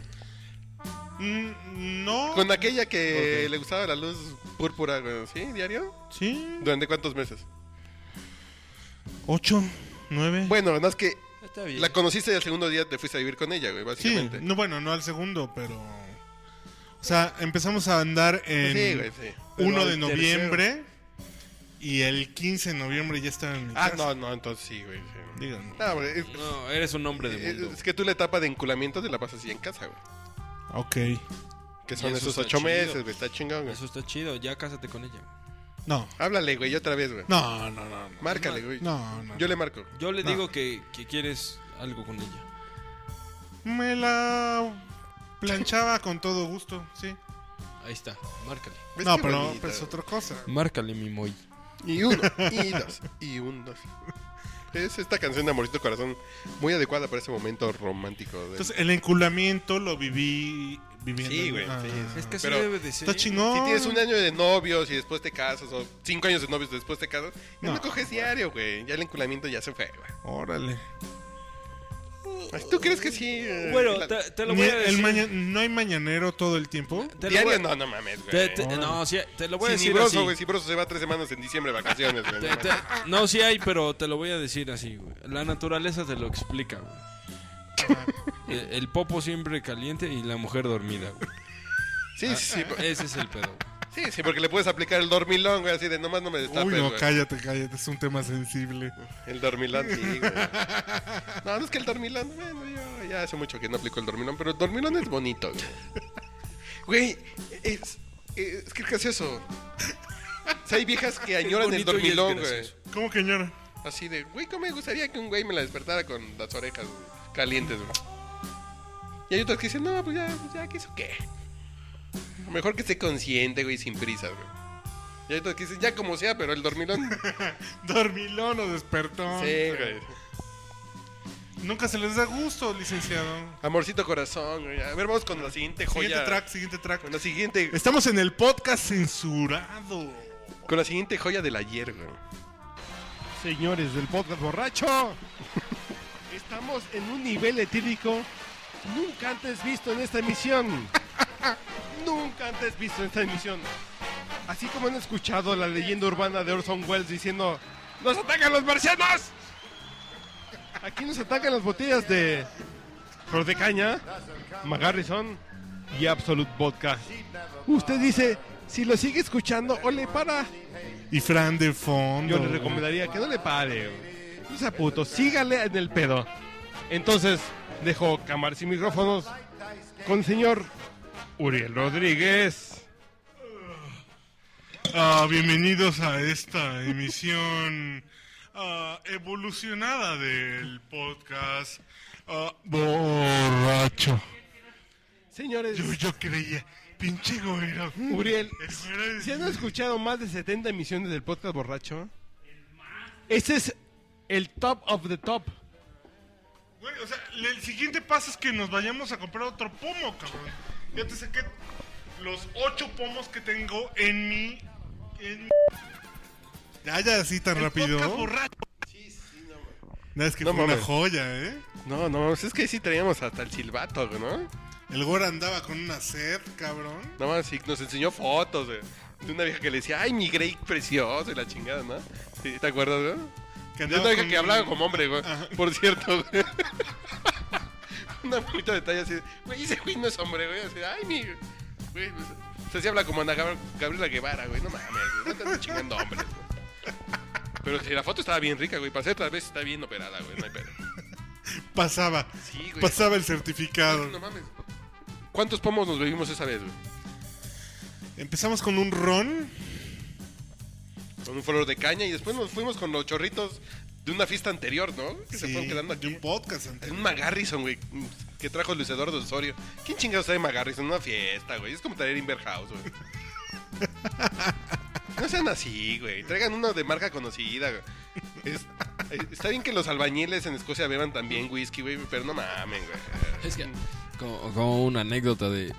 Speaker 1: Mm, no.
Speaker 2: Con aquella que le gustaba la luz púrpura, güey. ¿Sí? ¿Diario?
Speaker 1: Sí.
Speaker 2: ¿Durante cuántos meses?
Speaker 1: Ocho, nueve.
Speaker 2: Bueno, no es que
Speaker 3: Está bien.
Speaker 2: la conociste y al segundo día te fuiste a vivir con ella, güey,
Speaker 1: sí.
Speaker 2: básicamente.
Speaker 1: No, bueno, no al segundo, pero. O sea, empezamos a andar en
Speaker 2: Sí, güey, sí.
Speaker 1: 1 de
Speaker 2: Pero al
Speaker 1: noviembre y el 15 de noviembre ya estaba en mi
Speaker 2: Ah,
Speaker 1: casa.
Speaker 2: no, no, entonces sí, güey. sí.
Speaker 1: Díganme.
Speaker 2: No, güey, es,
Speaker 3: No, eres un hombre de
Speaker 2: es-
Speaker 3: mundo.
Speaker 2: Eh, es que tú la etapa de enculamiento te la pasas así en casa, güey.
Speaker 1: Ok.
Speaker 2: Que
Speaker 3: Y
Speaker 2: son
Speaker 3: eso
Speaker 2: esos
Speaker 3: está
Speaker 2: ocho
Speaker 3: chido.
Speaker 2: meses, güey. Está chingón, güey.
Speaker 3: Eso está chido, ya cásate con ella.
Speaker 1: No.
Speaker 2: Háblale, güey, otra vez, güey.
Speaker 1: No, no, no. no.
Speaker 2: Márcale, güey.
Speaker 1: No, no.
Speaker 2: Yo le marco.
Speaker 3: Yo le
Speaker 1: No.
Speaker 3: digo que, que quieres algo con ella.
Speaker 1: Me la planchaba con todo gusto, sí.
Speaker 3: Ahí está, márcale.
Speaker 2: ¿Ves
Speaker 1: no,
Speaker 2: qué
Speaker 1: pero pues,
Speaker 2: bonito?
Speaker 1: pero es otra cosa.
Speaker 3: Márcale, mi Moy.
Speaker 2: Y uno, y dos, y un, dos. Es esta canción de Amorcito Corazón muy adecuada para ese momento romántico. de-
Speaker 1: Entonces, el enculamiento lo viví viviendo.
Speaker 2: Sí, güey,
Speaker 1: Ah.
Speaker 2: sí, sí.
Speaker 3: Es que así
Speaker 2: Pero
Speaker 3: debe de ser.
Speaker 1: Está chingón.
Speaker 2: Si tienes un año de novios y después te casas, o cinco años de novios y después te casas, ya no,
Speaker 1: No.
Speaker 2: coges diario, güey. Ya el enculamiento ya se fue, güey.
Speaker 1: Órale.
Speaker 2: Ay, ¿Tú crees que sí? eh,
Speaker 3: Bueno,
Speaker 2: la-
Speaker 3: te, te lo
Speaker 1: Ni
Speaker 3: voy a
Speaker 1: el
Speaker 3: decir.
Speaker 1: maña- ¿No hay mañanero todo el tiempo?
Speaker 3: Te lo voy
Speaker 2: diario
Speaker 3: a-
Speaker 2: no, no mames, güey.
Speaker 3: te- te- no, sí, te lo voy a
Speaker 2: Si
Speaker 3: decir así.
Speaker 2: Broso, güey, si Broso se va tres semanas en diciembre de vacaciones, güey. no
Speaker 3: Te-
Speaker 2: [LAUGHS]
Speaker 3: te-
Speaker 2: mames.
Speaker 3: no, sí hay, pero te lo voy a decir así, güey. La naturaleza te lo explica, güey. Eh, El popo siempre caliente y la mujer dormida, güey.
Speaker 2: Sí, sí, sí, po-
Speaker 3: Ese es el pedo. güey.
Speaker 2: sí, sí, porque le puedes aplicar el dormilón, güey, así de nomás no me destapes,
Speaker 1: Uy, no,
Speaker 2: güey.
Speaker 1: cállate, cállate. Es un tema sensible.
Speaker 2: El dormilón, sí,
Speaker 3: [LAUGHS]
Speaker 2: güey. No, no es que el dormilón, bueno, yo ya hace mucho que no aplico el dormilón, pero el dormilón es bonito, güey. Güey, es, es que es gracioso. O sea, hay viejas que añoran el
Speaker 3: bonito y [LAUGHS] es
Speaker 2: dormilón, güey.
Speaker 3: gracioso.
Speaker 1: ¿Cómo que ñora?
Speaker 2: Así de, güey, ¿cómo me gustaría que un güey me la despertara con las orejas güey, calientes, güey? Y hay otras que dicen, no, pues ya, pues ya, ¿qué eso qué? Mejor que esté consciente, güey, sin prisas, güey. Y hay otras que dicen, ya como sea, pero
Speaker 3: [LAUGHS]
Speaker 2: el dormilón.
Speaker 1: Dormilón o despertón.
Speaker 2: sí, güey.
Speaker 1: Nunca se les da gusto, licenciado.
Speaker 2: Amorcito corazón, güey. A ver, vamos con la siguiente joya.
Speaker 1: Siguiente track, siguiente track.
Speaker 2: Con la siguiente,
Speaker 1: Estamos en el podcast censurado.
Speaker 2: con la siguiente joya del ayer, güey.
Speaker 7: Señores del podcast borracho, estamos en un nivel etílico nunca antes visto en esta emisión. nunca antes visto en esta emisión. Así como han escuchado la leyenda urbana de Orson Welles diciendo, ¡Nos atacan los marcianos! Aquí nos atacan las botellas de Flor de Caña, Magarrison y Absolute Vodka. Usted dice, si lo sigue escuchando, o le para.
Speaker 1: Y Fran de fondo.
Speaker 7: Yo le recomendaría que no le pare. güey. No sea puto, sígale en el pedo. Entonces, dejo cámaras y micrófonos con el señor Uriel Rodríguez.
Speaker 1: Ah, bienvenidos a esta emisión ah, evolucionada del podcast ah, borracho.
Speaker 7: Señores,
Speaker 1: Yo, yo creía, pinche güero.
Speaker 7: Uriel,
Speaker 1: El güero es-
Speaker 7: si han escuchado más de 70 emisiones del podcast borracho, este es el top of the top.
Speaker 1: Güey, o sea, le- el siguiente paso es que nos vayamos a comprar otro pomo, cabrón. Ya te saqué los ocho pomos que tengo en mi... En... Ya, ya, así tan rápido. borracho. es que
Speaker 2: No
Speaker 1: fue una
Speaker 2: mames.
Speaker 1: joya, ¿eh?
Speaker 2: No, no, pues es que sí traíamos hasta el silbato, güey, ¿no?
Speaker 1: El Gora andaba con una sed, cabrón.
Speaker 2: No más, sí, nos enseñó fotos güey, de una vieja que le decía, ay, mi Grey precioso y la chingada, ¿no? Sí, ¿Te acuerdas, güey?
Speaker 1: Que
Speaker 2: De
Speaker 1: andaba
Speaker 2: una vieja
Speaker 1: con-
Speaker 2: que hablaba como hombre, güey. Por cierto, güey. [LAUGHS] una bonita detalle así, de, güey, ese güey no es hombre, güey. Así, de, ay, mi. Güey, pues, o sea, sí habla como Ana Gab- Gabriela Guevara, güey. No mames, güey. No estás chingando hombres, güey. Pero si la foto estaba bien rica, güey. Para ser otra vez está bien operada, güey. No hay pedo.
Speaker 1: Pasaba.
Speaker 2: Sí, güey.
Speaker 1: Pasaba el certificado.
Speaker 2: No mames. ¿Cuántos pomos nos bebimos esa vez, güey?
Speaker 1: Empezamos con un ron.
Speaker 2: Con un flor de caña y después nos fuimos con los chorritos de una fiesta anterior, ¿no? Que se
Speaker 1: sí,
Speaker 2: fueron quedando aquí.
Speaker 1: de un podcast
Speaker 2: En
Speaker 1: anterior.
Speaker 2: un Magarrison, güey, que trajo Luis Eduardo Osorio. ¿Quién chingados sabe Magarrison? Una fiesta, güey. Es como traer Inver House, güey. No sean así, güey. Traigan uno de marca conocida, güey. Es- eh, está bien que los albañiles en Escocia beban también whisky, güey, pero no mamen, güey.
Speaker 3: Es que, como, como una anécdota de.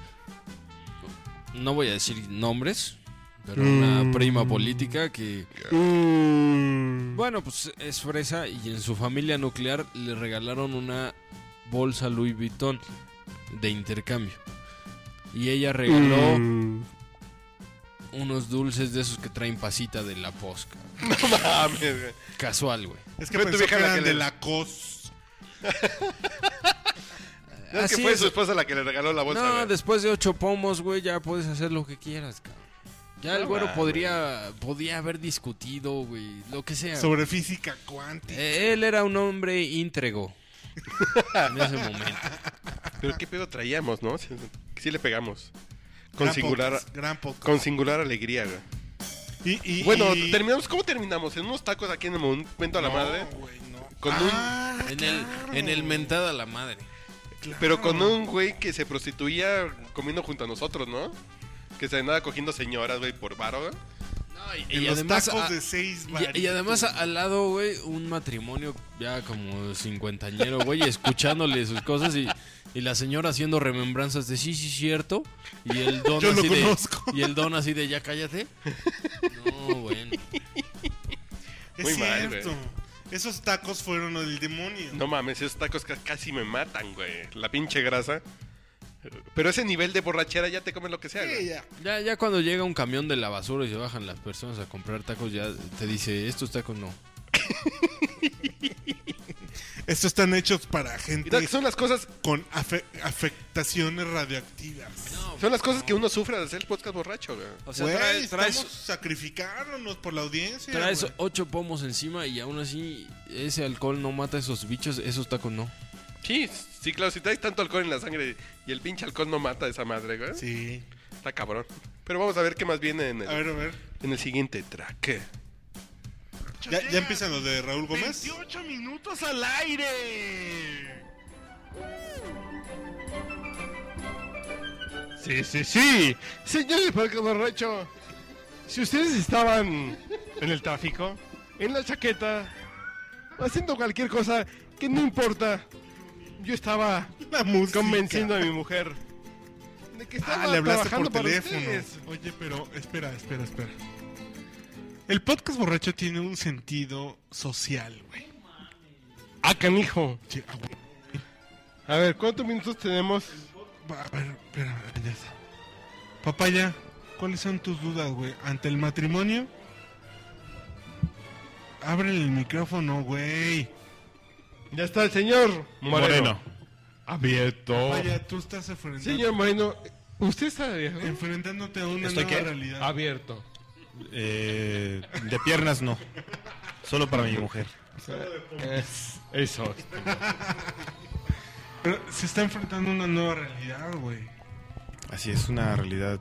Speaker 3: No voy a decir nombres, pero una prima política que. Bueno, pues es fresa y en su familia nuclear le regalaron una bolsa Louis Vuitton de intercambio. Y ella regaló unos dulces de esos que traen pasita de la posca.
Speaker 2: No mames, güey.
Speaker 3: Casual, güey.
Speaker 1: Es que
Speaker 2: Fue tu
Speaker 1: pensó que
Speaker 2: vieja la
Speaker 1: eran
Speaker 2: que
Speaker 1: de
Speaker 2: le-
Speaker 1: la cos.
Speaker 2: ¿No es
Speaker 3: Así
Speaker 2: que fue
Speaker 3: es.
Speaker 2: su esposa la que le regaló la bolsa.
Speaker 3: No,
Speaker 2: güey?
Speaker 3: después de ocho pomos, güey, ya puedes hacer lo que quieras, cabrón. Ya
Speaker 1: Ah,
Speaker 3: el
Speaker 2: No
Speaker 3: güero
Speaker 2: mames.
Speaker 3: podría, podía haber discutido, güey, lo que
Speaker 2: Eh.
Speaker 3: sea.
Speaker 1: Sobre física cuántica.
Speaker 3: Eh, Él era un hombre
Speaker 1: [LAUGHS]
Speaker 3: íntrego en ese momento.
Speaker 2: Pero qué pedo traíamos, ¿no? Sí, sí le pegamos. Con
Speaker 1: Gran
Speaker 2: singular,
Speaker 1: podcast, gran podcast.
Speaker 2: con singular alegría, güey.
Speaker 1: Y- y-
Speaker 2: Bueno,
Speaker 1: y-
Speaker 2: terminamos, ¿cómo terminamos? ¿En unos tacos aquí en el momento a la
Speaker 1: No,
Speaker 2: madre?
Speaker 1: güey, no.
Speaker 2: Con
Speaker 1: Ah,
Speaker 3: En el,
Speaker 1: claro,
Speaker 3: en el mentada la madre.
Speaker 1: claro.
Speaker 2: Pero con un güey que se prostituía comiendo junto a nosotros, ¿no? Que se andaba cogiendo señoras, güey, por varo, güey.
Speaker 3: No, y,
Speaker 1: En
Speaker 3: y
Speaker 1: los
Speaker 3: además, ah,
Speaker 2: ah,
Speaker 1: tacos
Speaker 3: a-
Speaker 1: de seis
Speaker 3: y, y además a- al lado, güey, un matrimonio ya como cincuentañero,
Speaker 1: [LAUGHS]
Speaker 3: güey, escuchándole sus cosas y, y la señora haciendo remembranzas de sí, sí, cierto. Y el don
Speaker 1: Yo lo
Speaker 3: así de.
Speaker 1: conozco.
Speaker 3: Y el don así de ya cállate. No, bueno.
Speaker 1: Es
Speaker 2: Muy mal,
Speaker 1: cierto.
Speaker 2: güey.
Speaker 1: Esos tacos fueron el demonio.
Speaker 2: No mames, esos tacos ca- casi me matan, güey. La pinche grasa. Pero ese nivel de borrachera ya te comen lo que sea,
Speaker 1: Sí,
Speaker 2: güey.
Speaker 1: ya.
Speaker 3: Ya, ya cuando llega un camión de la basura y se bajan las personas a comprar tacos, ya te dice, estos tacos no.
Speaker 1: Estos están hechos para
Speaker 2: Y
Speaker 1: gente
Speaker 2: no, que son las cosas,
Speaker 1: con afe- afectaciones radioactivas.
Speaker 2: son las cosas que uno sufre al hacer el podcast borracho, güey.
Speaker 3: O
Speaker 1: Güey,
Speaker 3: traes- traes-
Speaker 1: estamos sacrificándonos por la audiencia.
Speaker 3: Traes
Speaker 1: güey.
Speaker 3: ocho pomos encima y aún así ese alcohol no mata a esos bichos, esos tacos no.
Speaker 2: Sí, sí, claro, si traes tanto alcohol en la sangre y el pinche alcohol no mata a esa madre, güey.
Speaker 1: Sí.
Speaker 2: Está cabrón. Pero vamos a ver qué más viene en
Speaker 1: A
Speaker 2: el,
Speaker 1: ver, a ver.
Speaker 2: en el siguiente track.
Speaker 1: ¿Ya, ya empiezan los de Raúl Gómez?
Speaker 7: 28 minutos al aire. Sí, sí, sí. Señor de Parque Borracho, si ustedes estaban en el tráfico, en la chaqueta, haciendo cualquier cosa que no importa, yo estaba
Speaker 1: La música.
Speaker 7: convenciendo a mi mujer de que estaba
Speaker 1: Ah, le hablaste
Speaker 7: trabajando
Speaker 1: por
Speaker 7: para
Speaker 1: teléfono.
Speaker 7: ustedes.
Speaker 1: Oye, pero espera, espera, espera. El podcast borracho tiene un sentido social, güey.
Speaker 7: Ah, canijo.
Speaker 1: Sí, ah, güey.
Speaker 7: A ver, ¿cuántos minutos tenemos?
Speaker 1: Va, A ver, espera, ya está. Papaya, ¿cuáles son tus dudas, güey? ¿Ante el matrimonio? Abre el micrófono, güey.
Speaker 7: Ya está el señor
Speaker 8: Moreno.
Speaker 7: Abierto.
Speaker 1: Papaya, tú estás enfrentando-
Speaker 7: Señor Moreno, ¿usted está abierto?
Speaker 1: enfrentándote a una
Speaker 8: ¿Estoy
Speaker 1: nueva
Speaker 8: qué?
Speaker 1: realidad.
Speaker 7: Abierto.
Speaker 8: Eh, de piernas no. Solo para mi mujer.
Speaker 7: Eso.
Speaker 1: Pero se está enfrentando a una nueva realidad, güey.
Speaker 8: Así es una realidad.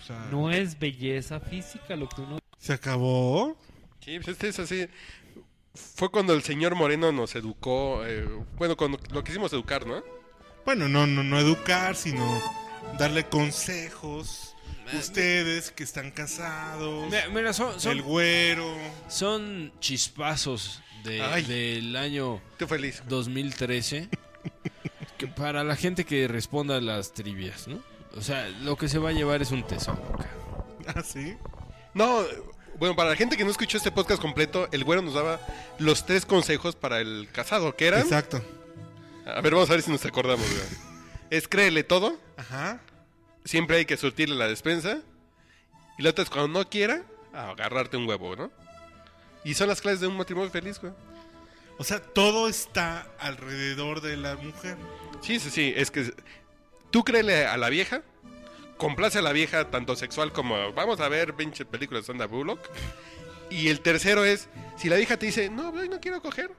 Speaker 1: O sea,
Speaker 5: No es belleza física lo que uno...
Speaker 1: ¿se acabó?
Speaker 2: Sí, pues este es así. Fue cuando el señor Moreno nos educó. eh, bueno, cuando lo quisimos educar, ¿no?
Speaker 1: Bueno, no, no, no educar, sino darle consejos. Ustedes que están casados,
Speaker 3: Mira, mira, son,
Speaker 1: el
Speaker 3: son,
Speaker 1: güero.
Speaker 3: son chispazos de-
Speaker 2: Ay.
Speaker 3: del año
Speaker 2: Tú feliz.
Speaker 3: 2013 que para la gente que responda a las trivias, ¿no? O sea, lo que se va a llevar es un tesoro. cabrón.
Speaker 1: Ah, sí.
Speaker 2: No, bueno, para la gente que no escuchó este podcast completo, el güero nos daba los tres consejos para el casado, que eran.
Speaker 1: Exacto.
Speaker 2: A ver, vamos a ver si nos acordamos, güey. Es créele todo,
Speaker 1: Ajá.
Speaker 2: siempre hay que surtirle la despensa. Y la otra es cuando no quiera, agarrarte un huevo, ¿no? Y son las claves de un matrimonio feliz, güey.
Speaker 1: O sea, todo está alrededor de la mujer.
Speaker 2: Sí, sí, sí, es que tú créele a la vieja, complace a la vieja tanto sexual como vamos a ver pinches películas de Sandra Bullock. Y el tercero es, si la vieja te dice, no, hoy no quiero coger,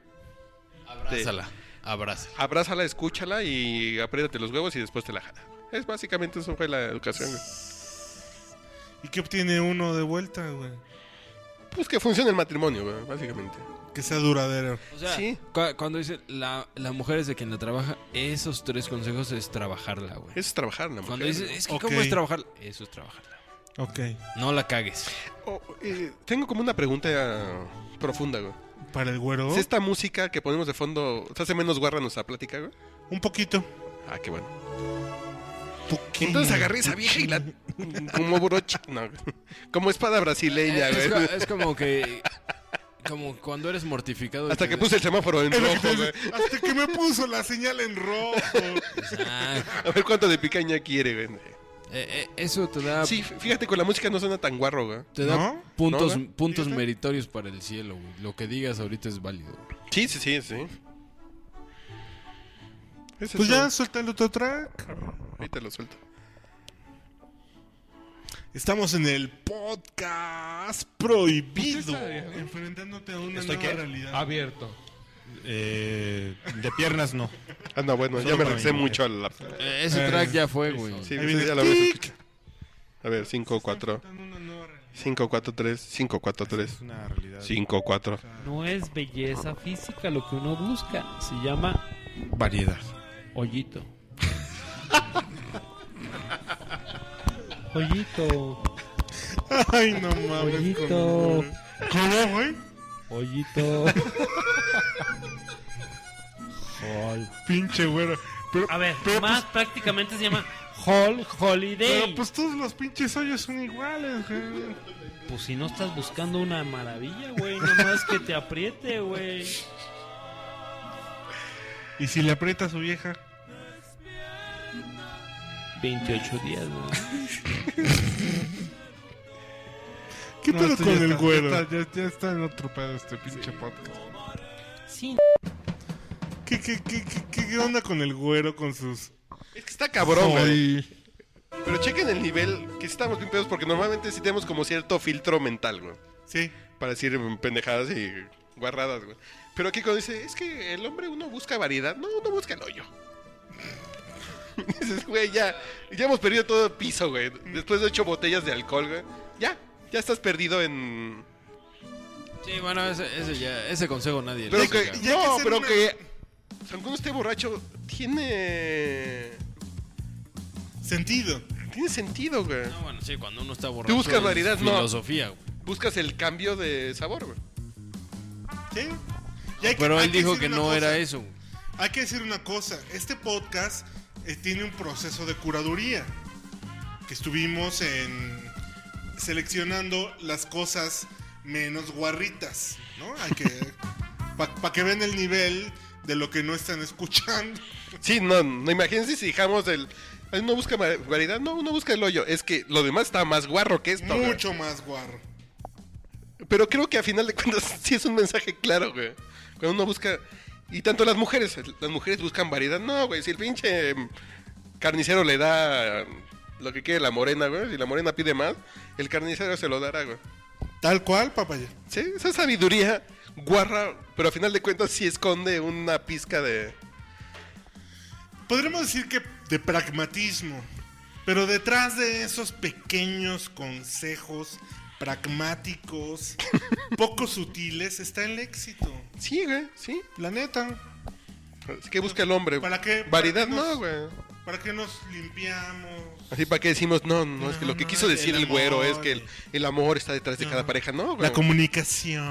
Speaker 3: Abrázala, abrázala.
Speaker 2: abrázala, escúchala y apriétate los huevos y después te la jala. Es básicamente eso fue la educación. güey.
Speaker 1: ¿Y qué obtiene uno de vuelta, güey?
Speaker 2: Pues que funcione el matrimonio, güey, básicamente.
Speaker 1: Que sea duradero.
Speaker 3: O sea,
Speaker 2: Sí.
Speaker 3: cu- cuando dice la, la mujer es de quien la trabaja, esos tres consejos es trabajarla, güey.
Speaker 2: Eso es trabajar en la
Speaker 3: Cuando
Speaker 2: mujer.
Speaker 3: dices, es que ¿cómo
Speaker 1: Ok.
Speaker 3: es trabajarla? Eso es trabajarla.
Speaker 1: Ok.
Speaker 3: No la cagues.
Speaker 2: Oh, eh, tengo como una pregunta eh, profunda, güey.
Speaker 1: Para el güero,
Speaker 2: Si esta música que ponemos de fondo, ¿se hace menos guarra nuestra plática, güey?
Speaker 1: un poquito.
Speaker 2: Ah, qué bueno.
Speaker 1: Poquito.
Speaker 2: Entonces agarré esa vieja y la. Como broche. No, como espada brasileña,
Speaker 3: Es,
Speaker 2: güey.
Speaker 3: co- es como que. Como cuando eres mortificado. y
Speaker 2: Hasta que
Speaker 3: te-
Speaker 2: puse el semáforo en
Speaker 1: [LAUGHS] Es lo que
Speaker 2: rojo,
Speaker 1: te
Speaker 2: güey.
Speaker 1: dice, Hasta que me puso la señal en rojo. [LAUGHS]
Speaker 3: Ah,
Speaker 2: A ver cuánto de picaña quiere, güey.
Speaker 3: eh, eh, eso te
Speaker 1: Ah,
Speaker 3: da,
Speaker 2: Sí, fíjate, con la música no suena tan guarro, güey.
Speaker 3: te da
Speaker 1: ¿No?
Speaker 3: puntos,
Speaker 2: ¿No, güey?
Speaker 3: puntos meritorios para el cielo, güey. Lo que digas ahorita es válido. güey.
Speaker 2: Sí, sí, sí, sí. Es
Speaker 1: Pues
Speaker 2: eso.
Speaker 1: ya, suelta el otro track.
Speaker 2: Ahorita lo suelto.
Speaker 1: Estamos en el podcast prohibido.
Speaker 6: Usted está,
Speaker 1: Enfrentándote a una
Speaker 8: ¿Estoy
Speaker 1: nueva
Speaker 8: qué?
Speaker 1: realidad.
Speaker 6: Abierto.
Speaker 8: Eh, de piernas no.
Speaker 2: Ah, no, bueno,
Speaker 8: Solo
Speaker 2: ya me
Speaker 8: para
Speaker 2: regresé
Speaker 8: mí,
Speaker 2: mucho a la...
Speaker 3: Eh, Ese track ya fue, güey.
Speaker 2: Sí,
Speaker 1: Ahí viene.
Speaker 2: sí, ya la habías
Speaker 1: Tic.
Speaker 2: escuchado. A ver, 5, 4,
Speaker 1: Enfrentando una nueva realidad.
Speaker 2: 5, 4, 3, 5, 4, 3,
Speaker 8: Es una realidad.
Speaker 2: 5, 4.
Speaker 5: No es belleza física lo que uno busca. Se llama
Speaker 8: Variedad.
Speaker 5: hoyito. [LAUGHS] Hoyito,
Speaker 1: Ay, no mames. con-
Speaker 5: hoyito,
Speaker 1: ¿Cómo, güey?
Speaker 5: hoyito. Hol.
Speaker 1: Pinche güero. Pero,
Speaker 5: A ver,
Speaker 1: pero,
Speaker 5: más
Speaker 1: pues,
Speaker 5: prácticamente
Speaker 1: [LAUGHS]
Speaker 5: se llama Hall Holiday.
Speaker 1: pero pues todos los pinches hoyos son iguales, güey.
Speaker 5: Pues si no estás buscando una maravilla, güey, nomás que te apriete, güey.
Speaker 1: Y si le aprieta a su vieja.
Speaker 5: 28 días, güey.
Speaker 1: ¿Qué
Speaker 7: No,
Speaker 1: pedo
Speaker 7: esto
Speaker 1: con
Speaker 7: ya
Speaker 1: el
Speaker 7: está,
Speaker 1: güero?
Speaker 7: ya
Speaker 1: Ya, está en otro pedo este pinche podcast.
Speaker 5: Sí.
Speaker 1: ¿Qué, qué, qué, qué- qué- qué onda con el güero con sus.
Speaker 2: Es que está cabrón, güey.
Speaker 1: Ay,
Speaker 2: Pero chequen el nivel, que sí estamos bien pedos, porque normalmente sí tenemos como cierto filtro mental, güey.
Speaker 1: Sí.
Speaker 2: Para decir mm, pendejadas y guarradas, güey. Pero aquí cuando dice, es que el hombre uno busca variedad, no, uno busca el hoyo. [LAUGHS] Dices, güey, ya, ya hemos perdido todo el piso, güey. Después de ocho botellas de alcohol, güey. Ya, ya estás perdido en...
Speaker 3: Sí, bueno, ese, ese ya, ese consejo nadie
Speaker 2: Pero
Speaker 3: le
Speaker 2: que,
Speaker 3: siga.
Speaker 1: ya que
Speaker 2: no,
Speaker 1: ser
Speaker 2: pero
Speaker 1: una-
Speaker 2: que... Aunque uno esté borracho, tiene...
Speaker 1: Sentido.
Speaker 2: Tiene sentido, güey.
Speaker 3: No, bueno, sí, cuando uno está borracho.
Speaker 2: Tú buscas
Speaker 3: es
Speaker 2: variedad, no.
Speaker 3: filosofía, güey.
Speaker 2: Buscas el cambio de sabor, güey.
Speaker 1: ¿Sí? Y hay que-
Speaker 3: Pero
Speaker 1: hay
Speaker 3: él dijo
Speaker 1: decir
Speaker 3: que
Speaker 1: una
Speaker 3: no
Speaker 1: cosa.
Speaker 3: era eso. güey.
Speaker 1: Hay que decir una cosa, este podcast eh, tiene un proceso de curaduría, que estuvimos en seleccionando las cosas menos guarritas, ¿no? Hay que para que vean el nivel de lo que no están escuchando.
Speaker 2: Sí, no, no imagínense si dejamos el. "Ay, Uno busca ma- variedad, no, uno busca el hoyo. Es que lo demás está más guarro que esto. güey.
Speaker 1: Mucho más guarro.
Speaker 2: Pero creo que a final de cuentas [LAUGHS] sí es un mensaje claro, güey. Cuando uno busca. Y tanto las mujeres, las mujeres buscan variedad. No, güey, si el pinche mm, carnicero le da mm, lo que quiere la morena, güey. Si la morena pide más, el carnicero se lo dará, güey.
Speaker 1: Tal cual, papaya.
Speaker 2: Sí, esa sabiduría guarra, pero a final de cuentas sí esconde una pizca de.
Speaker 1: Podremos decir que de pragmatismo, pero detrás de esos pequeños consejos pragmáticos, [LAUGHS] poco sutiles, está el éxito.
Speaker 2: Sí, güey, sí.
Speaker 1: La neta.
Speaker 2: Así que busca el hombre.
Speaker 1: ¿Para qué?
Speaker 2: Variedad,
Speaker 1: ¿Para qué
Speaker 2: no,
Speaker 1: nos-
Speaker 2: güey.
Speaker 1: ¿Para qué nos limpiamos?
Speaker 2: Así para qué decimos, no, no, es que lo que
Speaker 1: No,
Speaker 2: quiso
Speaker 1: no,
Speaker 2: decir
Speaker 1: el
Speaker 2: el güero
Speaker 1: amor,
Speaker 2: es que el, el amor está detrás de cada pareja, no, güey.
Speaker 1: La comunicación.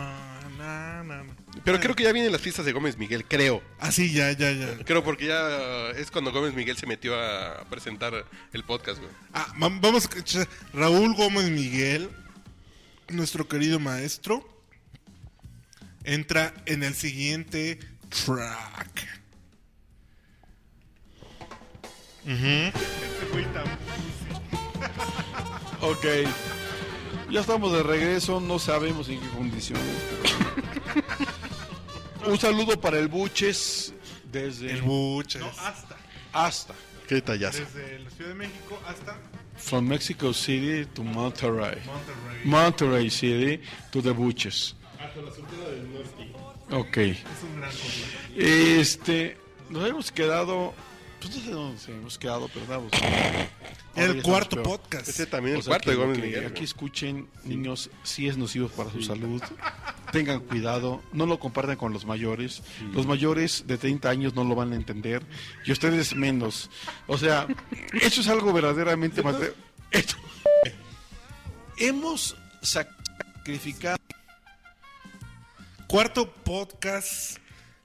Speaker 1: na, na, na.
Speaker 2: Pero creo que ya vienen las fiestas de Gómez Miguel, creo.
Speaker 1: Ah, sí, ya, ya, ya.
Speaker 2: Creo porque ya es cuando Gómez Miguel se metió a presentar el podcast, güey.
Speaker 1: Ah, va- vamos a escuchar. Raúl Gómez Miguel, nuestro querido maestro, entra en el siguiente track.
Speaker 9: Ok. Ya estamos de regreso, no sabemos en qué condiciones. pero- Un saludo para el Buches desde
Speaker 1: El Buches. hasta.
Speaker 9: hasta
Speaker 2: Qué tallazo.
Speaker 1: Desde la Ciudad de México hasta
Speaker 9: from Mexico City to Monterrey.
Speaker 1: Monterrey.
Speaker 9: Monterrey City to the Buches. Ok. Este, nos hemos quedado, pues no sé dónde nos hemos quedado, pero vamos.
Speaker 1: Era el cuarto
Speaker 9: pot
Speaker 1: podcast.
Speaker 2: Ese también
Speaker 9: O
Speaker 2: el
Speaker 9: sea,
Speaker 2: cuarto
Speaker 9: Pues
Speaker 2: de
Speaker 9: que lo
Speaker 2: Gómez
Speaker 9: que
Speaker 2: Miguel.
Speaker 9: Aquí
Speaker 2: güey.
Speaker 9: escuchen, niños, si es nocivo para su salud. Tengan cuidado, no lo compartan con los mayores. Los mayores de 30 años no lo van a entender y ustedes menos. O sea, eso es algo verdaderamente más. de- Esto- Hemos sacrificado.
Speaker 1: Cuarto podcast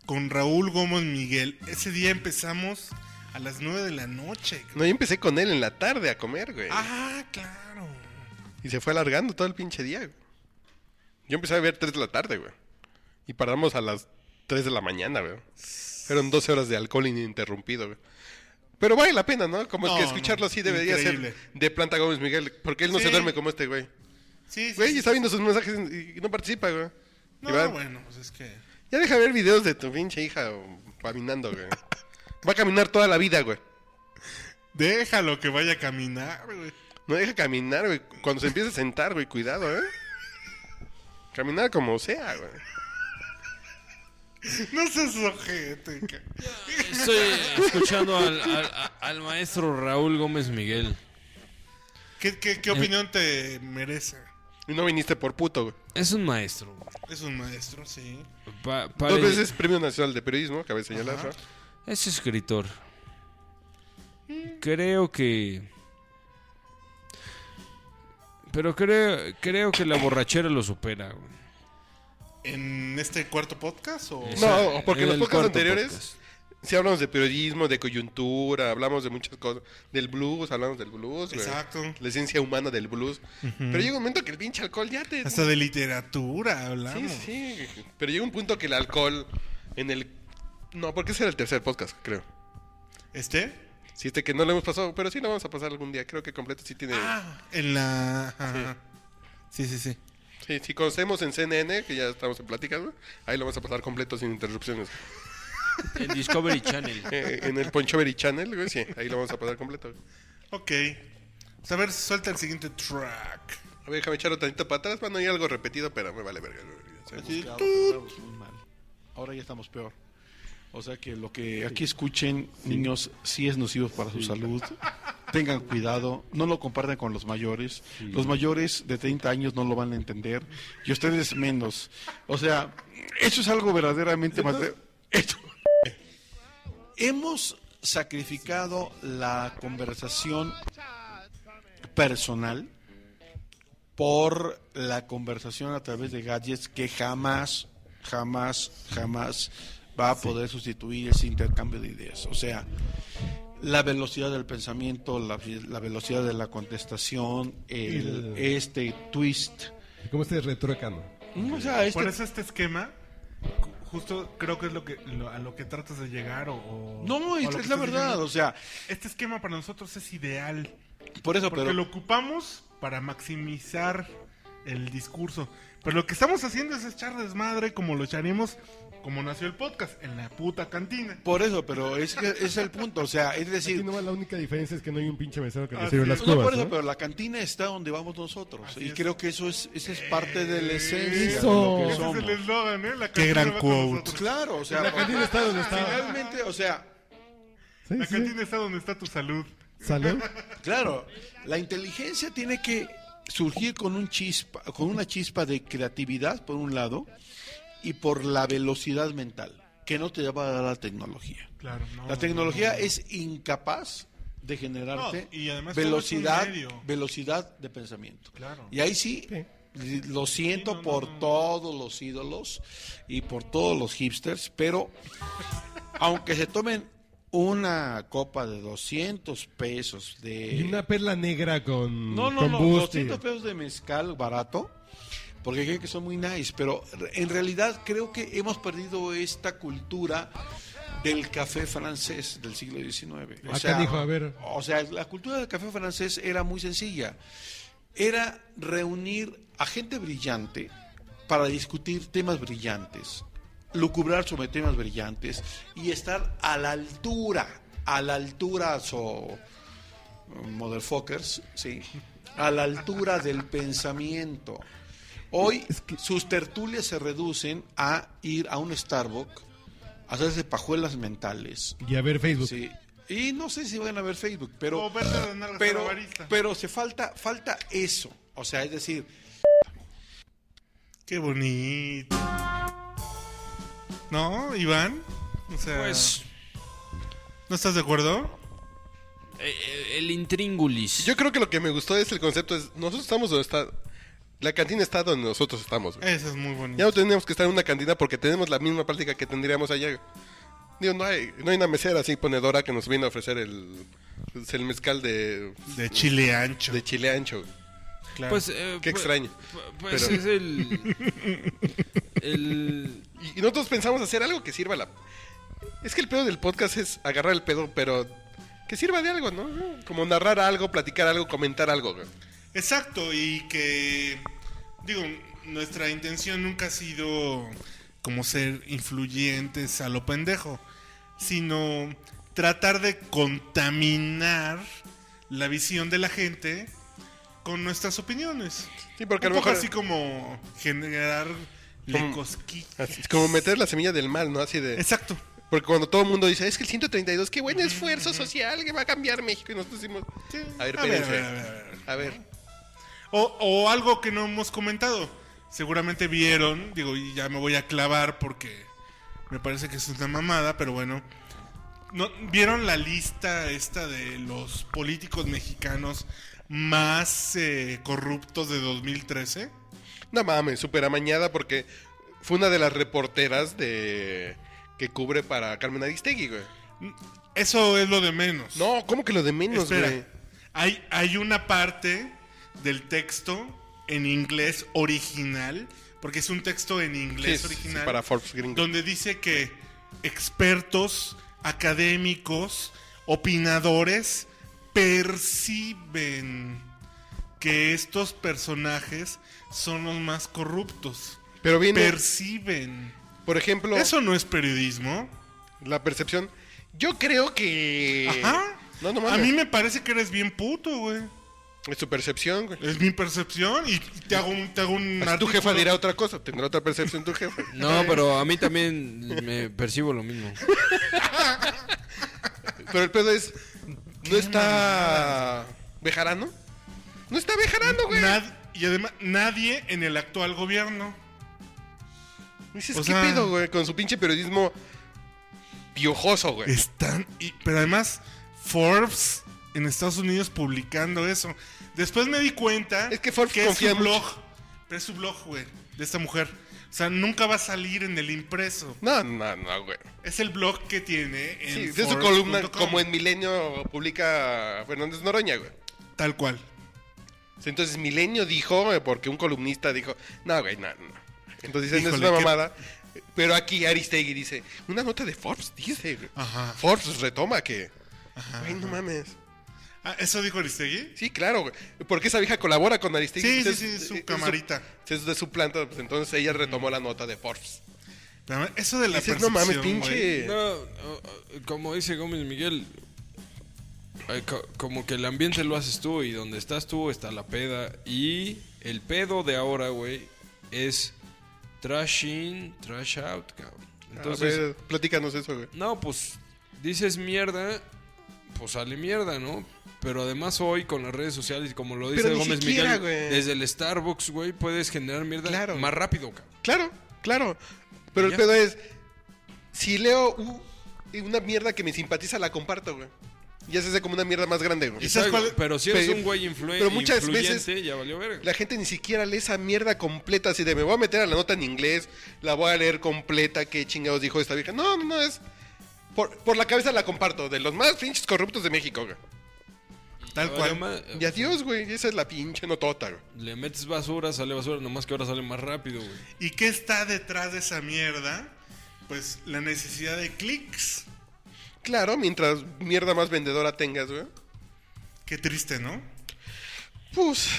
Speaker 1: con Raúl Gómez Miguel. Ese día empezamos a las 9 de la noche.
Speaker 2: No, yo empecé con él en la tarde a comer, güey.
Speaker 1: Ah, claro.
Speaker 2: Y se fue alargando todo el pinche día, güey. Yo empecé a ver 3 de la tarde, güey. Y paramos a las 3 de la mañana, güey. Fueron 12 horas de alcohol ininterrumpido, güey. Pero vale la pena, ¿no? Como
Speaker 1: No,
Speaker 2: que escucharlo
Speaker 1: no,
Speaker 2: así debería
Speaker 1: increíble.
Speaker 2: ser de planta Gómez Miguel, porque él no se
Speaker 1: Sí.
Speaker 2: duerme como este güey.
Speaker 1: Sí, sí.
Speaker 2: Güey,
Speaker 1: sí.
Speaker 2: está viendo sus mensajes y y no participa, güey.
Speaker 1: No,
Speaker 2: Iván,
Speaker 1: bueno, pues es que.
Speaker 2: Ya deja ver videos de tu pinche hija o caminando, güey. Va a caminar toda la vida, güey.
Speaker 1: Déjalo que vaya a caminar, güey.
Speaker 2: No deja caminar, güey. Cuando se empiece a sentar, güey, cuidado, ¿eh? Caminar como sea, güey.
Speaker 1: No seas ojete, ca-
Speaker 3: Estoy escuchando al, al- al maestro Raúl Gómez Miguel.
Speaker 1: ¿Qué, qué,
Speaker 9: Eh.
Speaker 1: qué opinión te merece?
Speaker 2: Y no viniste por puto, güey.
Speaker 3: Es un maestro.
Speaker 1: Es un maestro, sí.
Speaker 3: Pa- pare-
Speaker 2: Dos veces Premio Nacional de Periodismo, cabe señalar, ¿no?
Speaker 3: Es escritor. Creo que... Pero creo, creo que la borrachera lo supera. güey.
Speaker 1: ¿En este cuarto podcast o...?
Speaker 3: Es
Speaker 2: No,
Speaker 3: el-
Speaker 2: porque los
Speaker 3: el
Speaker 2: podcasts
Speaker 3: cuarto
Speaker 2: anteriores-
Speaker 3: podcast.
Speaker 2: Sí hablamos de periodismo, de coyuntura, hablamos de muchas cosas. Del blues, hablamos del blues, güey.
Speaker 1: Exacto.
Speaker 2: La ciencia humana del blues. Pero llega un momento que el pinche alcohol ya te...
Speaker 1: Hasta de literatura
Speaker 2: Sí,
Speaker 1: hablamos.
Speaker 2: sí. Pero llega un punto que el alcohol en el... No, porque ese era el tercer podcast, creo.
Speaker 1: ¿Este?
Speaker 2: Sí, este que no lo hemos pasado, pero sí lo vamos a pasar algún día. Creo que completo sí tiene...
Speaker 1: Ah, en la... ajá. Sí, sí, sí.
Speaker 2: Sí, si conocemos en CNN, que ya estamos en pláticas, güey, ahí lo vamos a pasar completo sin interrupciones.
Speaker 3: En Discovery Channel.
Speaker 2: Eh, en el Ponchoberry Channel, güey, sí, ahí lo vamos a pasar completo. güey.
Speaker 1: Ok. Pues a ver, suelta el siguiente track.
Speaker 2: A ver, déjame echarlo tantito para atrás. Bueno, hay algo repetido, pero me vale verga. güey.
Speaker 1: Sí.
Speaker 9: Estábamos muy mal. Ahora ya estamos peor. O sea que lo que aquí escuchen, niños, sí es nocivo para su salud. Tengan cuidado, no lo compartan con los mayores. Los mayores de 30 años no lo van a entender y ustedes menos. O sea, eso es algo verdaderamente más... de- Esto- Hemos sacrificado la conversación personal por la conversación a través de gadgets que jamás, jamás, jamás va a poder sustituir ese intercambio de ideas. O sea, la velocidad del pensamiento, la, la velocidad de la contestación, el, este twist.
Speaker 10: ¿Cómo estés retroecando?
Speaker 9: O sea, este-
Speaker 1: Por eso este esquema, ju- justo creo que es lo que lo- a lo que tratas de llegar o... o- o
Speaker 9: no,
Speaker 1: a
Speaker 9: es,
Speaker 1: lo que
Speaker 9: es la
Speaker 1: estás
Speaker 9: verdad.
Speaker 1: diciendo.
Speaker 9: O sea,
Speaker 1: Este esquema para nosotros es ideal.
Speaker 9: por eso,
Speaker 1: Porque
Speaker 9: pero...
Speaker 1: lo ocupamos para maximizar el discurso. Pero lo que estamos haciendo es echar desmadre como lo echaríamos como nació el podcast, en la puta cantina.
Speaker 9: Por eso, pero es, que es el punto, o sea, es
Speaker 10: Aquí
Speaker 9: decir,
Speaker 10: nomás la única diferencia es que no hay un pinche mesero que
Speaker 1: Así
Speaker 10: recibe
Speaker 1: es.
Speaker 10: las
Speaker 9: No, por
Speaker 10: cubas,
Speaker 9: eso,
Speaker 10: ¿no?
Speaker 9: pero la cantina está donde vamos nosotros.
Speaker 1: Así
Speaker 9: y
Speaker 1: es.
Speaker 9: creo que eso es, Eh, esa es parte de la esencia
Speaker 10: Eso.
Speaker 9: de lo que
Speaker 10: Ese
Speaker 1: Ese es
Speaker 9: somos.
Speaker 1: el eslogan, ¿eh? La
Speaker 8: Qué
Speaker 1: cantina
Speaker 8: gran
Speaker 1: va con
Speaker 8: quote.
Speaker 1: nosotros.
Speaker 9: Claro, o sea,
Speaker 10: La cantina está donde está.
Speaker 9: realmente, o sea,
Speaker 10: Sí,
Speaker 1: La
Speaker 10: sí.
Speaker 1: cantina está donde está tu salud.
Speaker 10: Salud.
Speaker 9: claro, la inteligencia tiene que surgir con un chispa, con una chispa de creatividad por un lado y por la velocidad mental que no te va a dar la tecnología.
Speaker 1: Claro, no,
Speaker 9: La tecnología
Speaker 1: no, no.
Speaker 9: es incapaz de generarte
Speaker 1: No, y además todo es un
Speaker 9: velocidad,
Speaker 1: medio.
Speaker 9: velocidad de pensamiento.
Speaker 1: Claro.
Speaker 9: Y ahí sí, lo siento
Speaker 1: Sí, no, no,
Speaker 9: por
Speaker 1: no.
Speaker 9: todos los ídolos y por todos los hipsters, pero aunque se tomen una copa de 200 pesos de...
Speaker 10: Y una perla negra con.
Speaker 9: No, no,
Speaker 10: con
Speaker 9: no,
Speaker 10: busti.
Speaker 9: 200 pesos de mezcal barato, porque creen que son muy nice, pero re- en realidad creo que hemos perdido esta cultura del café francés del siglo XIX. O
Speaker 10: Ah,
Speaker 9: sea,
Speaker 10: canijo, a ver.
Speaker 9: o sea, la cultura del café francés era muy sencilla. Era reunir a gente brillante para discutir temas brillantes, lucubrar sobre temas brillantes y estar a la altura, a la altura, so, motherfuckers, sí, a la altura del pensamiento. Hoy sus tertulias se reducen a ir a un Starbucks, hacerse pajuelas mentales.
Speaker 10: Y a ver Facebook.
Speaker 9: Sí. Y no sé si van a ver Facebook, pero
Speaker 1: O verte las nalgas a
Speaker 9: pero,
Speaker 1: la barista.
Speaker 9: pero se falta, falta eso. O sea, es decir,
Speaker 1: Qué bonito. ¿No, Iván? O sea,
Speaker 3: Pues
Speaker 2: Ah.
Speaker 1: ¿no estás de acuerdo?
Speaker 3: eh, eh, el intríngulis.
Speaker 2: Yo creo que lo que me gustó es el concepto es, nosotros estamos donde está... La cantina está donde nosotros estamos, güey.
Speaker 1: Eso es muy bonito.
Speaker 2: Ya no tenemos que estar en una cantina porque tenemos la misma práctica que tendríamos allá. güey. Digo, no hay, no hay una mesera así ponedora que nos viene a ofrecer el, pues, el mezcal de,
Speaker 1: De chile ancho.
Speaker 2: de chile ancho. güey.
Speaker 3: Pues, eh,
Speaker 2: Qué
Speaker 3: pu-
Speaker 2: extraño.
Speaker 3: pu- Pues
Speaker 2: Pero-
Speaker 3: es el. el-
Speaker 2: Y, y nosotros pensamos hacer algo que sirva la... Es que el pedo del podcast es agarrar el pedo, pero que sirva de algo, ¿no? Como narrar algo, platicar algo, comentar algo, güey.
Speaker 1: Exacto, y que, digo, nuestra intención nunca ha sido como ser influyentes a lo pendejo, sino tratar de contaminar la visión de la gente con nuestras opiniones.
Speaker 2: Sí, porque a
Speaker 1: Un
Speaker 2: lo
Speaker 1: poco
Speaker 2: mejor...
Speaker 1: así como generar
Speaker 2: Como- así,
Speaker 1: cosquillas.
Speaker 2: es como meter la semilla del mal, ¿no? Así de...
Speaker 1: Exacto.
Speaker 2: Porque cuando todo el mundo dice, es que el 132, qué buen esfuerzo social que va a cambiar México. Y nosotros decimos,
Speaker 1: Sí.
Speaker 2: A ver,
Speaker 1: A ver,
Speaker 2: espérense.
Speaker 1: a ver, a ver, a ver.
Speaker 2: a ver,
Speaker 1: O, o algo que no hemos comentado. Seguramente vieron, digo, y ya me voy a clavar porque me parece que es una mamada, pero bueno. ¿No, ¿Vieron la lista esta de los políticos mexicanos más eh, corruptos de 2013?
Speaker 2: No mames, súper amañada porque fue una de las reporteras de que cubre para Carmen Aristegui, güey.
Speaker 1: Eso es lo de menos.
Speaker 2: No, ¿cómo que lo de menos,
Speaker 1: Espera,
Speaker 2: güey?
Speaker 1: hay, hay una parte del texto en inglés original, porque es un texto en
Speaker 2: Sí,
Speaker 1: inglés
Speaker 2: sí, sí,
Speaker 1: original,
Speaker 2: para Forbes Gringo.
Speaker 1: donde dice que expertos, académicos, opinadores perciben que estos personajes son los más corruptos.
Speaker 2: Pero viene,
Speaker 1: Perciben.
Speaker 2: por ejemplo,
Speaker 1: Eso no es periodismo.
Speaker 2: la percepción. Yo creo que.
Speaker 1: Ajá.
Speaker 2: Eh, No, no
Speaker 1: A
Speaker 2: mames.
Speaker 1: mí me parece que eres bien puto, güey.
Speaker 2: Es tu percepción, güey.
Speaker 1: Es mi percepción y te hago un, te hago un
Speaker 2: Así tu
Speaker 1: artículo.
Speaker 2: jefa dirá otra cosa, tendrá otra percepción
Speaker 1: [LAUGHS]
Speaker 2: tu jefa.
Speaker 3: No, pero a mí también me percibo lo mismo.
Speaker 2: Pero el pedo es. No está. ¿Bejarano? No está Bejarano, güey.
Speaker 1: Nad- y además, nadie en el actual gobierno.
Speaker 2: Dices,
Speaker 1: o
Speaker 2: ¿qué
Speaker 1: sea-
Speaker 2: pedo, güey? Con su pinche periodismo. Piojoso, güey.
Speaker 1: Están. y- pero además, Forbes en Estados Unidos publicando eso. Después me di cuenta
Speaker 2: Es que Forbes
Speaker 1: es
Speaker 2: confía
Speaker 1: su
Speaker 2: mucho.
Speaker 1: blog. Pero es su blog, güey, de esta mujer. O sea, nunca va a salir en el impreso.
Speaker 2: No, no, no, güey.
Speaker 1: Es el blog que tiene en
Speaker 2: Sí, es su
Speaker 1: Forbes
Speaker 2: columna
Speaker 1: punto com.
Speaker 2: como en Milenio publica Fernández Noroña, güey.
Speaker 1: Tal cual.
Speaker 2: Sí, Entonces Milenio dijo, eh, porque un columnista dijo, no, güey, no, no. Entonces dicen, es
Speaker 1: Híjole,
Speaker 2: una
Speaker 1: qué-
Speaker 2: mamada. Pero aquí Aristegui dice, una nota de Forbes, dice, güey.
Speaker 1: Ajá.
Speaker 2: Forbes retoma que... Güey, no mames.
Speaker 1: Ah, ¿Eso dijo Aristegui?
Speaker 2: Sí, claro, güey. Porque esa vieja colabora con Aristegui.
Speaker 1: Sí, sí,
Speaker 2: Entonces,
Speaker 1: sí, su
Speaker 2: eh, es
Speaker 1: camarita.
Speaker 2: Es de su planta, pues, entonces ella retomó la nota de Forbes.
Speaker 1: Pero además, eso de la
Speaker 2: Dices, no
Speaker 1: percepción,
Speaker 2: mames,
Speaker 1: güey.
Speaker 2: pinche...
Speaker 3: No, o- o- como dice Gómez Miguel, eh, co- como que el ambiente lo haces tú y donde estás tú está la peda. Y el pedo de ahora, güey, es trash in, trash out, cabrón.
Speaker 2: Entonces,
Speaker 3: Entonces,
Speaker 2: platícanos eso, güey.
Speaker 3: no, pues dices mierda, pues sale mierda, ¿no? Pero además hoy con las redes sociales, y como lo dice
Speaker 2: Pero ni
Speaker 3: Gómez
Speaker 2: siquiera,
Speaker 3: Miguel,
Speaker 2: güey.
Speaker 3: desde el Starbucks, güey, puedes generar mierda
Speaker 2: Claro.
Speaker 3: más rápido, cabrón.
Speaker 2: Claro, claro. Pero el
Speaker 3: Ya.
Speaker 2: pedo es, si leo u- una mierda que me simpatiza, la comparto, güey. Y ya se hace como una mierda más grande, güey.
Speaker 1: ¿Y sabes cuál es?
Speaker 3: Pero si eres
Speaker 2: Pero-
Speaker 3: un güey influen-
Speaker 2: pero muchas
Speaker 3: influyente,
Speaker 2: veces
Speaker 3: ya valió verga.
Speaker 2: La gente ni siquiera lee esa mierda completa, así de me voy a meter a la nota en inglés, la voy a leer completa, qué chingados dijo esta vieja. No, no, no, es... Por, por la cabeza la comparto, de los más pinches corruptos de México, güey.
Speaker 1: Tal
Speaker 3: Ahora
Speaker 1: cual.
Speaker 3: ma-
Speaker 2: Y adiós, güey, esa es la pinche notota, güey.
Speaker 3: Le metes basura, sale basura, nomás que ahora sale más rápido, güey.
Speaker 1: ¿Y qué está detrás de esa mierda? Pues la necesidad de clics.
Speaker 2: Claro, mientras mierda más vendedora tengas, güey.
Speaker 1: Qué triste, ¿no?
Speaker 2: Pues,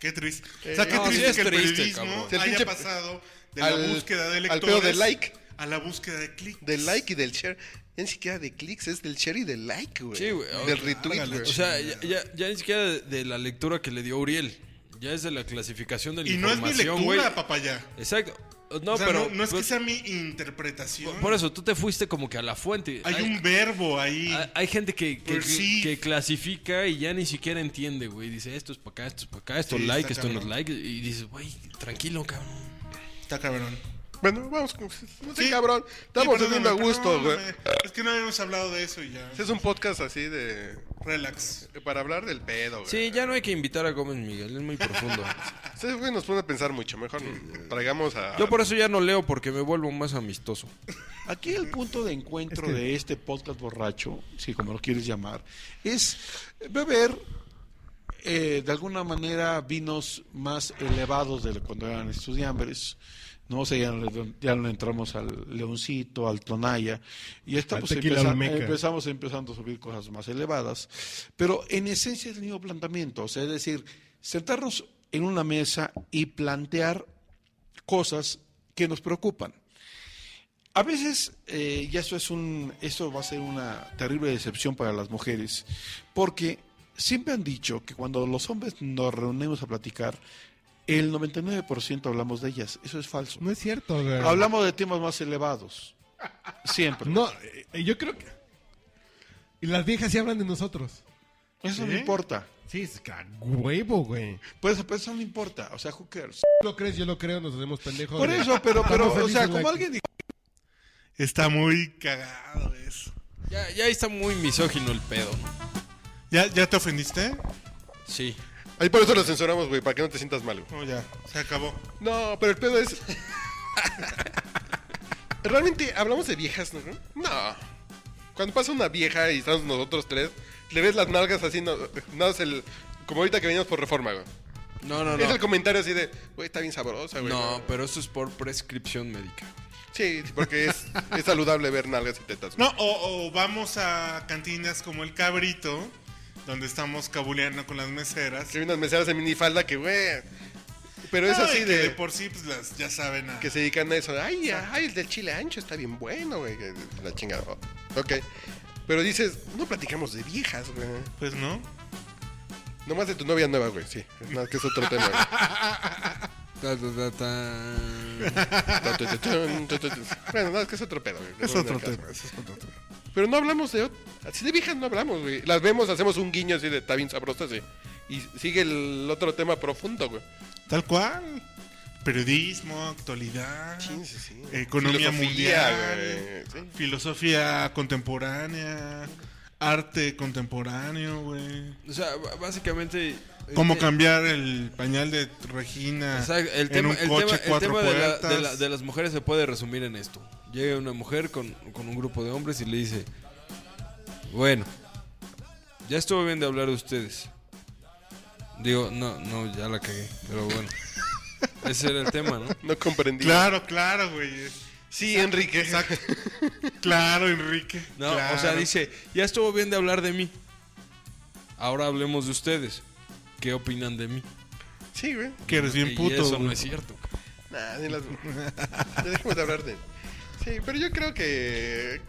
Speaker 1: Qué triste. o sea, qué
Speaker 3: Eh, no, sí
Speaker 1: triste
Speaker 3: es
Speaker 1: que el
Speaker 3: triste,
Speaker 1: periodismo
Speaker 3: cabrón.
Speaker 2: El
Speaker 1: haya
Speaker 2: pinche-
Speaker 1: pasado de
Speaker 2: al-
Speaker 1: la búsqueda de
Speaker 2: al
Speaker 1: lectores
Speaker 2: pedo del like.
Speaker 1: a la búsqueda de clics.
Speaker 2: del like y del share. Ya ni siquiera de clics, es del share y del like, güey.
Speaker 3: Sí, güey.
Speaker 2: Del
Speaker 3: Ah,
Speaker 2: retweet,
Speaker 1: ándale,
Speaker 2: güey.
Speaker 3: O sea, ya, ya- ya ni siquiera de, de la lectura que le dio Uriel. Ya es de la clasificación de la
Speaker 1: Y no es mi
Speaker 3: información,
Speaker 1: lectura,
Speaker 3: güey.
Speaker 1: papaya.
Speaker 3: Exacto. No,
Speaker 1: No, o sea,
Speaker 3: pero.
Speaker 1: no, no es que
Speaker 3: pues,
Speaker 1: sea mi interpretación.
Speaker 3: Por eso, tú te fuiste como que a la fuente.
Speaker 1: Hay un verbo ahí.
Speaker 3: hay- Ah, hay gente que, que,
Speaker 2: Pues
Speaker 1: Perceive.
Speaker 3: que clasifica y ya ni siquiera entiende, güey. Dice, esto es para acá, esto es para acá, esto
Speaker 1: Sí,
Speaker 3: es like,
Speaker 1: está
Speaker 3: esto no es
Speaker 1: cabrón.
Speaker 3: like. Y dices, güey, tranquilo, cabrón.
Speaker 1: Está cabrón.
Speaker 2: Bueno, vamos con. No sé,
Speaker 1: Sí.
Speaker 2: cabrón. Estamos
Speaker 1: Sí,
Speaker 2: durmiendo a
Speaker 1: perdóname,
Speaker 2: gusto, güey.
Speaker 1: perdóname. Es que no habíamos hablado de eso y ya.
Speaker 2: Este es un podcast así de. eh,
Speaker 1: Relax.
Speaker 2: Para hablar del pedo, güey.
Speaker 3: Sí, ya no hay que invitar a Gómez Miguel, es muy profundo.
Speaker 2: [LAUGHS] Ustedes, güey, nos pone a pensar mucho. Mejor traigamos a.
Speaker 3: Yo por eso ya no leo, porque me vuelvo más amistoso.
Speaker 9: Aquí el punto de encuentro de este podcast borracho, si como lo quieres llamar, es beber eh, de alguna manera vinos más elevados de lo- cuando eran estudiantes, ¿no? O sea, ya no le, ya no le entramos al Leoncito, al Tonaya, y
Speaker 10: Al
Speaker 9: estamos
Speaker 10: tequila
Speaker 9: empeza-
Speaker 10: Olmeca.
Speaker 9: empezamos empezando a subir cosas más elevadas, pero en esencia es el mismo planteamiento, o sea, es decir, sentarnos en una mesa y plantear cosas que nos preocupan. A veces, eh, y eso es un, eso va a ser una terrible decepción para las mujeres, porque siempre han dicho que cuando los hombres nos reunimos a platicar, el 99% hablamos de ellas. Eso es falso.
Speaker 10: No es cierto, güey.
Speaker 9: Hablamos de temas más elevados. Siempre.
Speaker 10: No, eh, yo creo que. Y las viejas sí hablan de nosotros.
Speaker 9: Eso no
Speaker 1: ¿Sí?
Speaker 9: importa.
Speaker 10: Sí, es huevo, güey.
Speaker 9: Por eso, por eso no importa. O sea, who cares.
Speaker 10: Lo crees, yo lo creo, nos hacemos pendejos.
Speaker 9: Por
Speaker 10: güey.
Speaker 9: eso, pero, pero,
Speaker 10: Estamos
Speaker 9: o sea,
Speaker 10: felices,
Speaker 9: como
Speaker 10: güey.
Speaker 9: alguien dijo,
Speaker 1: Está muy cagado eso.
Speaker 3: Ya, ya está muy misógino el pedo, ¿no?
Speaker 1: ¿Ya, ya te ofendiste?
Speaker 3: Sí.
Speaker 2: Ahí por eso lo censuramos, güey, para que no te sientas mal, güey.
Speaker 1: No, ya, se acabó.
Speaker 2: No, pero el pedo es. [LAUGHS] Realmente hablamos de viejas, ¿no? No. Cuando pasa una vieja y estamos nosotros tres, le ves las nalgas así, no, no es el. Como ahorita que venimos por reforma, güey.
Speaker 3: No, no,
Speaker 2: Es el
Speaker 3: no.
Speaker 2: comentario así de, güey, está bien sabrosa, güey.
Speaker 3: No, pero eso es por prescripción médica.
Speaker 2: Sí, porque es, es saludable ver nalgas y tetas. güey.
Speaker 1: No, o, o vamos a cantinas como el Cabrito, donde estamos cabuleando con las meseras.
Speaker 2: Que hay unas meseras de minifalda que, güey. Pero
Speaker 1: No,
Speaker 2: es así
Speaker 1: y que
Speaker 2: de.
Speaker 1: de por sí, pues las, ya saben a...
Speaker 2: que se dedican a eso. Ay, ay, el del chile ancho está bien bueno, güey. La chingada. Ok. Pero dices, no platicamos de viejas, güey.
Speaker 1: Pues no.
Speaker 2: Nomás de tu novia nueva, güey. Sí. Nada, que es otro tema, güey.
Speaker 3: Ta, ta, ta, ta.
Speaker 2: [LAUGHS] Ta, ta, ta, tan, ta, ta, ta. bueno, nada, que es otro pedo, güey.
Speaker 1: Es
Speaker 2: No,
Speaker 1: otro
Speaker 2: no, no,
Speaker 1: tema, es otro tema.
Speaker 2: Pero no hablamos de... ot- Así de viejas no hablamos, güey. Las vemos, hacemos un guiño así de está bien sabrosa, sí. Y sigue el otro tema profundo, güey.
Speaker 1: Tal cual. Periodismo, actualidad,
Speaker 2: Sí, sí, sí.
Speaker 1: economía
Speaker 2: Filosofía,
Speaker 1: mundial,
Speaker 2: güey, sí.
Speaker 1: filosofía contemporánea, arte contemporáneo, güey.
Speaker 3: O sea, b- básicamente...
Speaker 1: Cómo
Speaker 3: eh,
Speaker 1: cambiar el pañal de Regina
Speaker 3: o sea, el
Speaker 1: en
Speaker 3: tema,
Speaker 1: un
Speaker 3: el
Speaker 1: coche
Speaker 3: tema- el
Speaker 1: cuatro
Speaker 3: tema de, la-
Speaker 1: puertas.
Speaker 3: de la- de las mujeres se puede resumir en esto. Llega una mujer con, con un grupo de hombres y le dice, bueno, ya estuvo bien de hablar de ustedes. Digo, no, no, ya la cagué,
Speaker 1: [LAUGHS]
Speaker 3: pero bueno. Ese era el tema, ¿no?
Speaker 2: No comprendí.
Speaker 1: Claro, claro, güey.
Speaker 2: Sí,
Speaker 3: [LAUGHS]
Speaker 2: Enrique.
Speaker 1: Exacto. claro, Enrique.
Speaker 3: No, o sea,
Speaker 1: claro.
Speaker 3: dice, ya estuvo bien de hablar de mí. Ahora hablemos de ustedes. ¿Qué opinan de mí?
Speaker 2: Sí, güey.
Speaker 1: que eres bien
Speaker 3: Y
Speaker 1: puto.
Speaker 3: eso no
Speaker 1: güey.
Speaker 3: es cierto.
Speaker 2: Nah, ni las... [LAUGHS] ya dejemos de hablar de... Sí, pero yo creo que...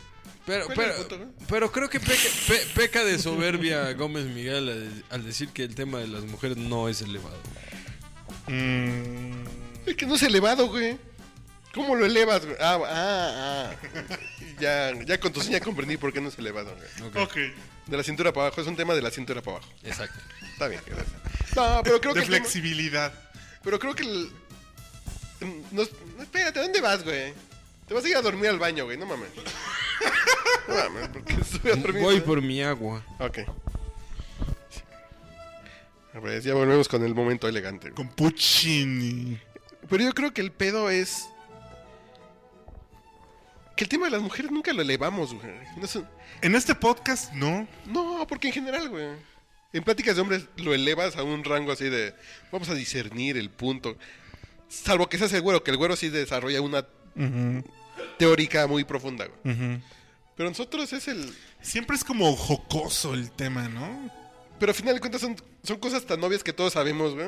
Speaker 3: Pero,
Speaker 2: ¿Cuál
Speaker 3: pero,
Speaker 2: era el punto, no?
Speaker 3: pero creo que peca, pe- peca de soberbia Gómez Miguel al, al decir que el tema de las mujeres no es elevado.
Speaker 1: Mm,
Speaker 2: Es que no es elevado, güey. ¿Cómo lo elevas, güey? Ah, ah, ah. Ya, ya con tu seña comprendí por qué no es elevado, güey.
Speaker 1: ok.
Speaker 2: De la cintura para abajo, es un tema de la cintura para abajo.
Speaker 3: Exacto.
Speaker 2: Está bien, gracias. No, pero creo que...
Speaker 1: De
Speaker 2: el tema-
Speaker 1: flexibilidad.
Speaker 2: Pero creo que el... mm, No, no, espérate, ¿a dónde vas, güey? Te vas a ir a dormir al baño, güey, no mames. No mames, porque estoy a dormir.
Speaker 3: Voy
Speaker 2: güey?
Speaker 3: por mi agua.
Speaker 2: Ok. A ver, ya volvemos con el momento elegante. güey.
Speaker 1: Con Puccini.
Speaker 2: Pero yo creo que el pedo es. Que el tema de las mujeres nunca lo elevamos, güey. No, sé-
Speaker 1: En este podcast, no.
Speaker 2: no, porque en general, güey. En pláticas de hombres lo elevas a un rango así de. Vamos a discernir el punto. Salvo que seas el güero, que el güero sí desarrolla una teórica muy profunda, güey. Pero nosotros es el.
Speaker 1: Siempre es como jocoso el tema, ¿no?
Speaker 2: Pero al final de cuentas son, son cosas tan obvias que todos sabemos, güey.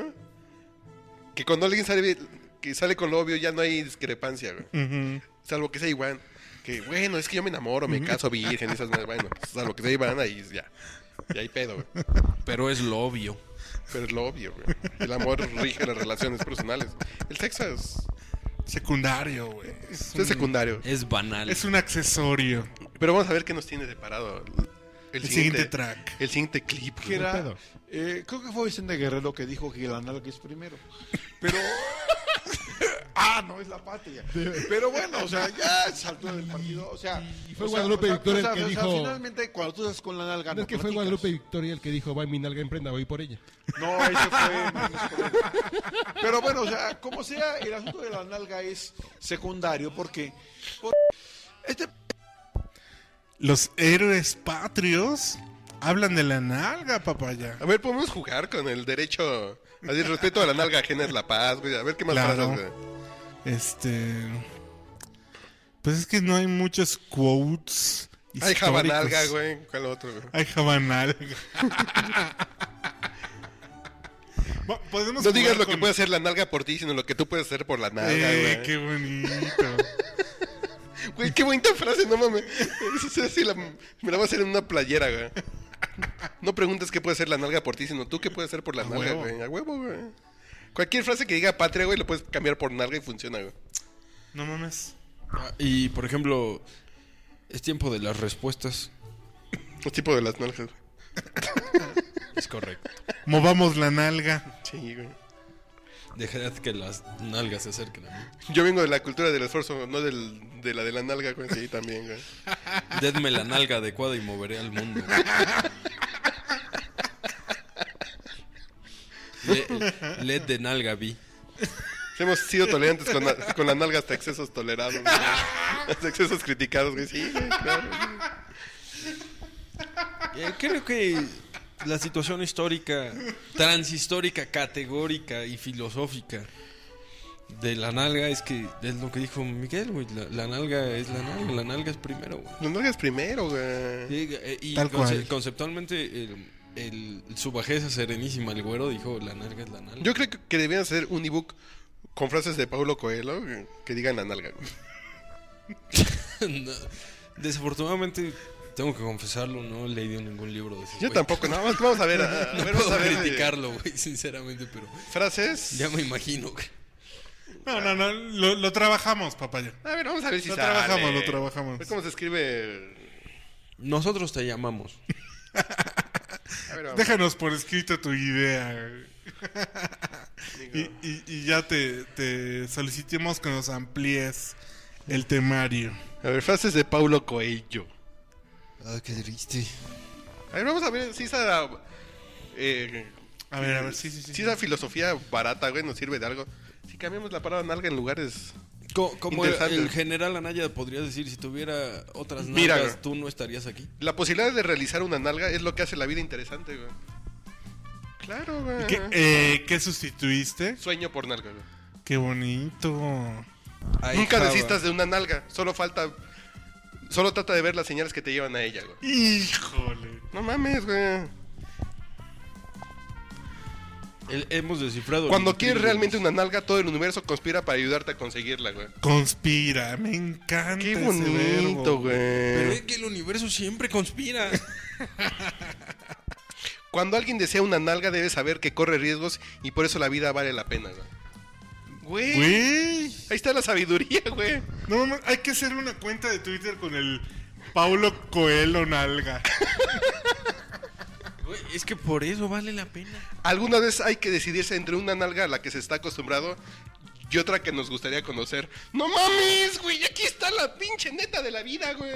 Speaker 2: Que cuando alguien sale, que sale con lo obvio ya no hay discrepancia, güey. Salvo que sea Iván. Que bueno, es que yo me enamoro, me caso virgen, esas madres. Bueno, salvo que sea Iván, ahí ya. Y hay pedo, güey.
Speaker 3: Pero es lo obvio.
Speaker 2: Pero es lo obvio, güey. El amor rige las relaciones personales. El sexo es,
Speaker 1: Secundario, güey. Es,
Speaker 2: es
Speaker 1: un-
Speaker 2: secundario.
Speaker 10: eh,
Speaker 3: Es banal.
Speaker 1: es un accesorio.
Speaker 2: Pero vamos a ver qué nos tiene separado el,
Speaker 1: El,
Speaker 2: siguiente,
Speaker 1: siguiente track.
Speaker 2: El siguiente clip. güey.
Speaker 9: que era-
Speaker 10: pedo.
Speaker 9: eh, creo que fue Vicente Guerrero que dijo que la nalga es primero. Pero. [LAUGHS] ah, no, es la patria. Pero bueno, o sea, ya saltó del partido. O sea.
Speaker 10: Y fue
Speaker 9: o sea,
Speaker 10: Guadalupe
Speaker 9: o sea,
Speaker 10: Victoria
Speaker 9: o sea,
Speaker 10: el que
Speaker 9: o sea,
Speaker 10: dijo-
Speaker 9: finalmente, cuando tú estás con la nalga.
Speaker 10: No es que fue
Speaker 9: Ah, platicas.
Speaker 10: Guadalupe Victoria el que dijo, va mi nalga en prenda, voy por ella.
Speaker 9: No, eso fue. menos correcto. Pero bueno, o sea, como sea, el asunto de la nalga es secundario porque. por- Este
Speaker 1: Los héroes patrios hablan de la nalga, papaya.
Speaker 2: A ver, podemos jugar con el derecho al respeto a la nalga ajena es la paz, güey. A ver qué más
Speaker 1: Claro.
Speaker 2: frases, güey.
Speaker 1: Este. Pues es que no hay muchos quotes.
Speaker 2: Ay,
Speaker 1: históricos.
Speaker 2: jabanalga, güey. ¿Cuál otro, güey?
Speaker 1: Ay, jabanalga. [LAUGHS] Bueno, Podemos
Speaker 2: No digas
Speaker 1: jugar
Speaker 2: lo que
Speaker 1: con-
Speaker 2: puede hacer la nalga por ti, sino lo que tú puedes hacer por la nalga,
Speaker 1: Eh,
Speaker 2: güey.
Speaker 1: qué bonito.
Speaker 2: Güey, qué bonita frase, no mames. [LAUGHS] Eso sí, sí la- me la voy a hacer en una playera, güey. No preguntes qué puede hacer la nalga por ti, sino tú qué puedes hacer por la nalga,
Speaker 1: huevo.
Speaker 2: güey. A huevo, güey. Cualquier frase que diga patria, güey, la puedes cambiar por nalga y funciona, güey.
Speaker 1: No mames.
Speaker 3: Ah, Y por ejemplo, es tiempo de las respuestas.
Speaker 2: El tipo de las nalgas, güey.
Speaker 3: Es correcto.
Speaker 1: Movamos la nalga.
Speaker 2: Sí, güey.
Speaker 3: Dejad que las nalgas se acerquen a mí.
Speaker 2: Yo vengo de la cultura del esfuerzo, no del, de la de la nalga, güey. Sí, también, güey.
Speaker 3: Denme la nalga adecuada y moveré al
Speaker 2: [LAUGHS]
Speaker 3: mundo. Le- Led de nalga vi.
Speaker 2: Hemos sido tolerantes con, la- con la nalga hasta excesos tolerados, güey. Hasta excesos criticados, güey. Sí, güey, claro.
Speaker 3: Eh, Creo que la situación histórica, transhistórica, categórica y filosófica de la nalga es que es lo que dijo Miguel, güey. La, la nalga es la nalga, la nalga es primero, güey.
Speaker 2: La nalga es primero, güey.
Speaker 3: Y, eh, y
Speaker 1: Tal
Speaker 3: conce-
Speaker 1: cual.
Speaker 3: conceptualmente, el, el- su bajeza serenísima, el güero, dijo: La nalga es la nalga.
Speaker 2: Yo creo que, que debían hacer un ebook con frases de Paulo Coelho güey, que digan la nalga, güey.
Speaker 3: [LAUGHS] No, desafortunadamente, tengo que confesarlo, no he leído ningún libro de ese
Speaker 2: Yo
Speaker 3: güey.
Speaker 2: tampoco, nada más vamos a ver. a-
Speaker 3: [LAUGHS]
Speaker 2: a
Speaker 3: No
Speaker 2: ver, vamos
Speaker 3: puedo
Speaker 2: a ver, eh,
Speaker 3: criticarlo, güey, [LAUGHS] sinceramente, pero
Speaker 2: Frases.
Speaker 3: ya me imagino, güey.
Speaker 1: No, no, no. Lo, lo trabajamos, papayo.
Speaker 2: A ver, vamos a ver si
Speaker 1: Lo
Speaker 2: sale.
Speaker 1: trabajamos, lo trabajamos.
Speaker 2: Ve ¿Cómo se escribe?
Speaker 3: Nosotros te llamamos.
Speaker 2: A ver, vamos.
Speaker 1: Déjanos por escrito tu idea. güey. Y, y- y ya te, te solicitemos que nos amplíes el temario.
Speaker 2: A ver, frases de Paulo Coelho.
Speaker 3: Ah, qué triste.
Speaker 2: A ver, vamos a ver si esa. Eh,
Speaker 1: A ver, a ver, sí, sí, sí.
Speaker 2: si esa filosofía barata, güey, nos sirve de algo. Si cambiamos la palabra nalga en lugares.
Speaker 3: Co- Como el,
Speaker 2: Interesante.
Speaker 3: el general Anaya podría decir, si tuviera otras nalgas,
Speaker 2: Mira, güey.
Speaker 3: tú no estarías aquí.
Speaker 2: La posibilidad de realizar una nalga es lo que hace la vida interesante, güey. Claro, güey.
Speaker 1: ¿Qué, eh, ¿qué sustituiste?
Speaker 2: Sueño por nalga, güey.
Speaker 1: Qué bonito.
Speaker 3: Ay,
Speaker 2: Nunca
Speaker 3: Java.
Speaker 2: desistas de una nalga, solo falta. Solo trata de ver las señales que te llevan a ella, güey.
Speaker 1: Híjole.
Speaker 2: No mames, güey.
Speaker 3: El- hemos descifrado.
Speaker 2: Cuando
Speaker 3: el-
Speaker 2: quieres realmente una nalga, todo el universo conspira para ayudarte a conseguirla, güey.
Speaker 1: Conspira, me encanta.
Speaker 2: Qué
Speaker 1: ese
Speaker 2: bonito,
Speaker 1: verbo.
Speaker 3: Pero
Speaker 2: güey.
Speaker 3: es que el universo siempre
Speaker 2: [LAUGHS]
Speaker 3: conspira.
Speaker 2: Cuando alguien desea una nalga, debe saber que corre riesgos y por eso la vida vale la pena, güey. Güey.
Speaker 1: Güey.
Speaker 2: Ahí está la sabiduría, [LAUGHS] güey.
Speaker 1: No mames, hay que hacer una cuenta de Twitter con el Paulo Coelho Nalga.
Speaker 3: Güey, es que por eso vale la pena.
Speaker 2: Alguna vez hay que decidirse entre una nalga a la que se está acostumbrado y otra que nos gustaría conocer. No mames, güey. Aquí está la pinche neta de la vida, güey.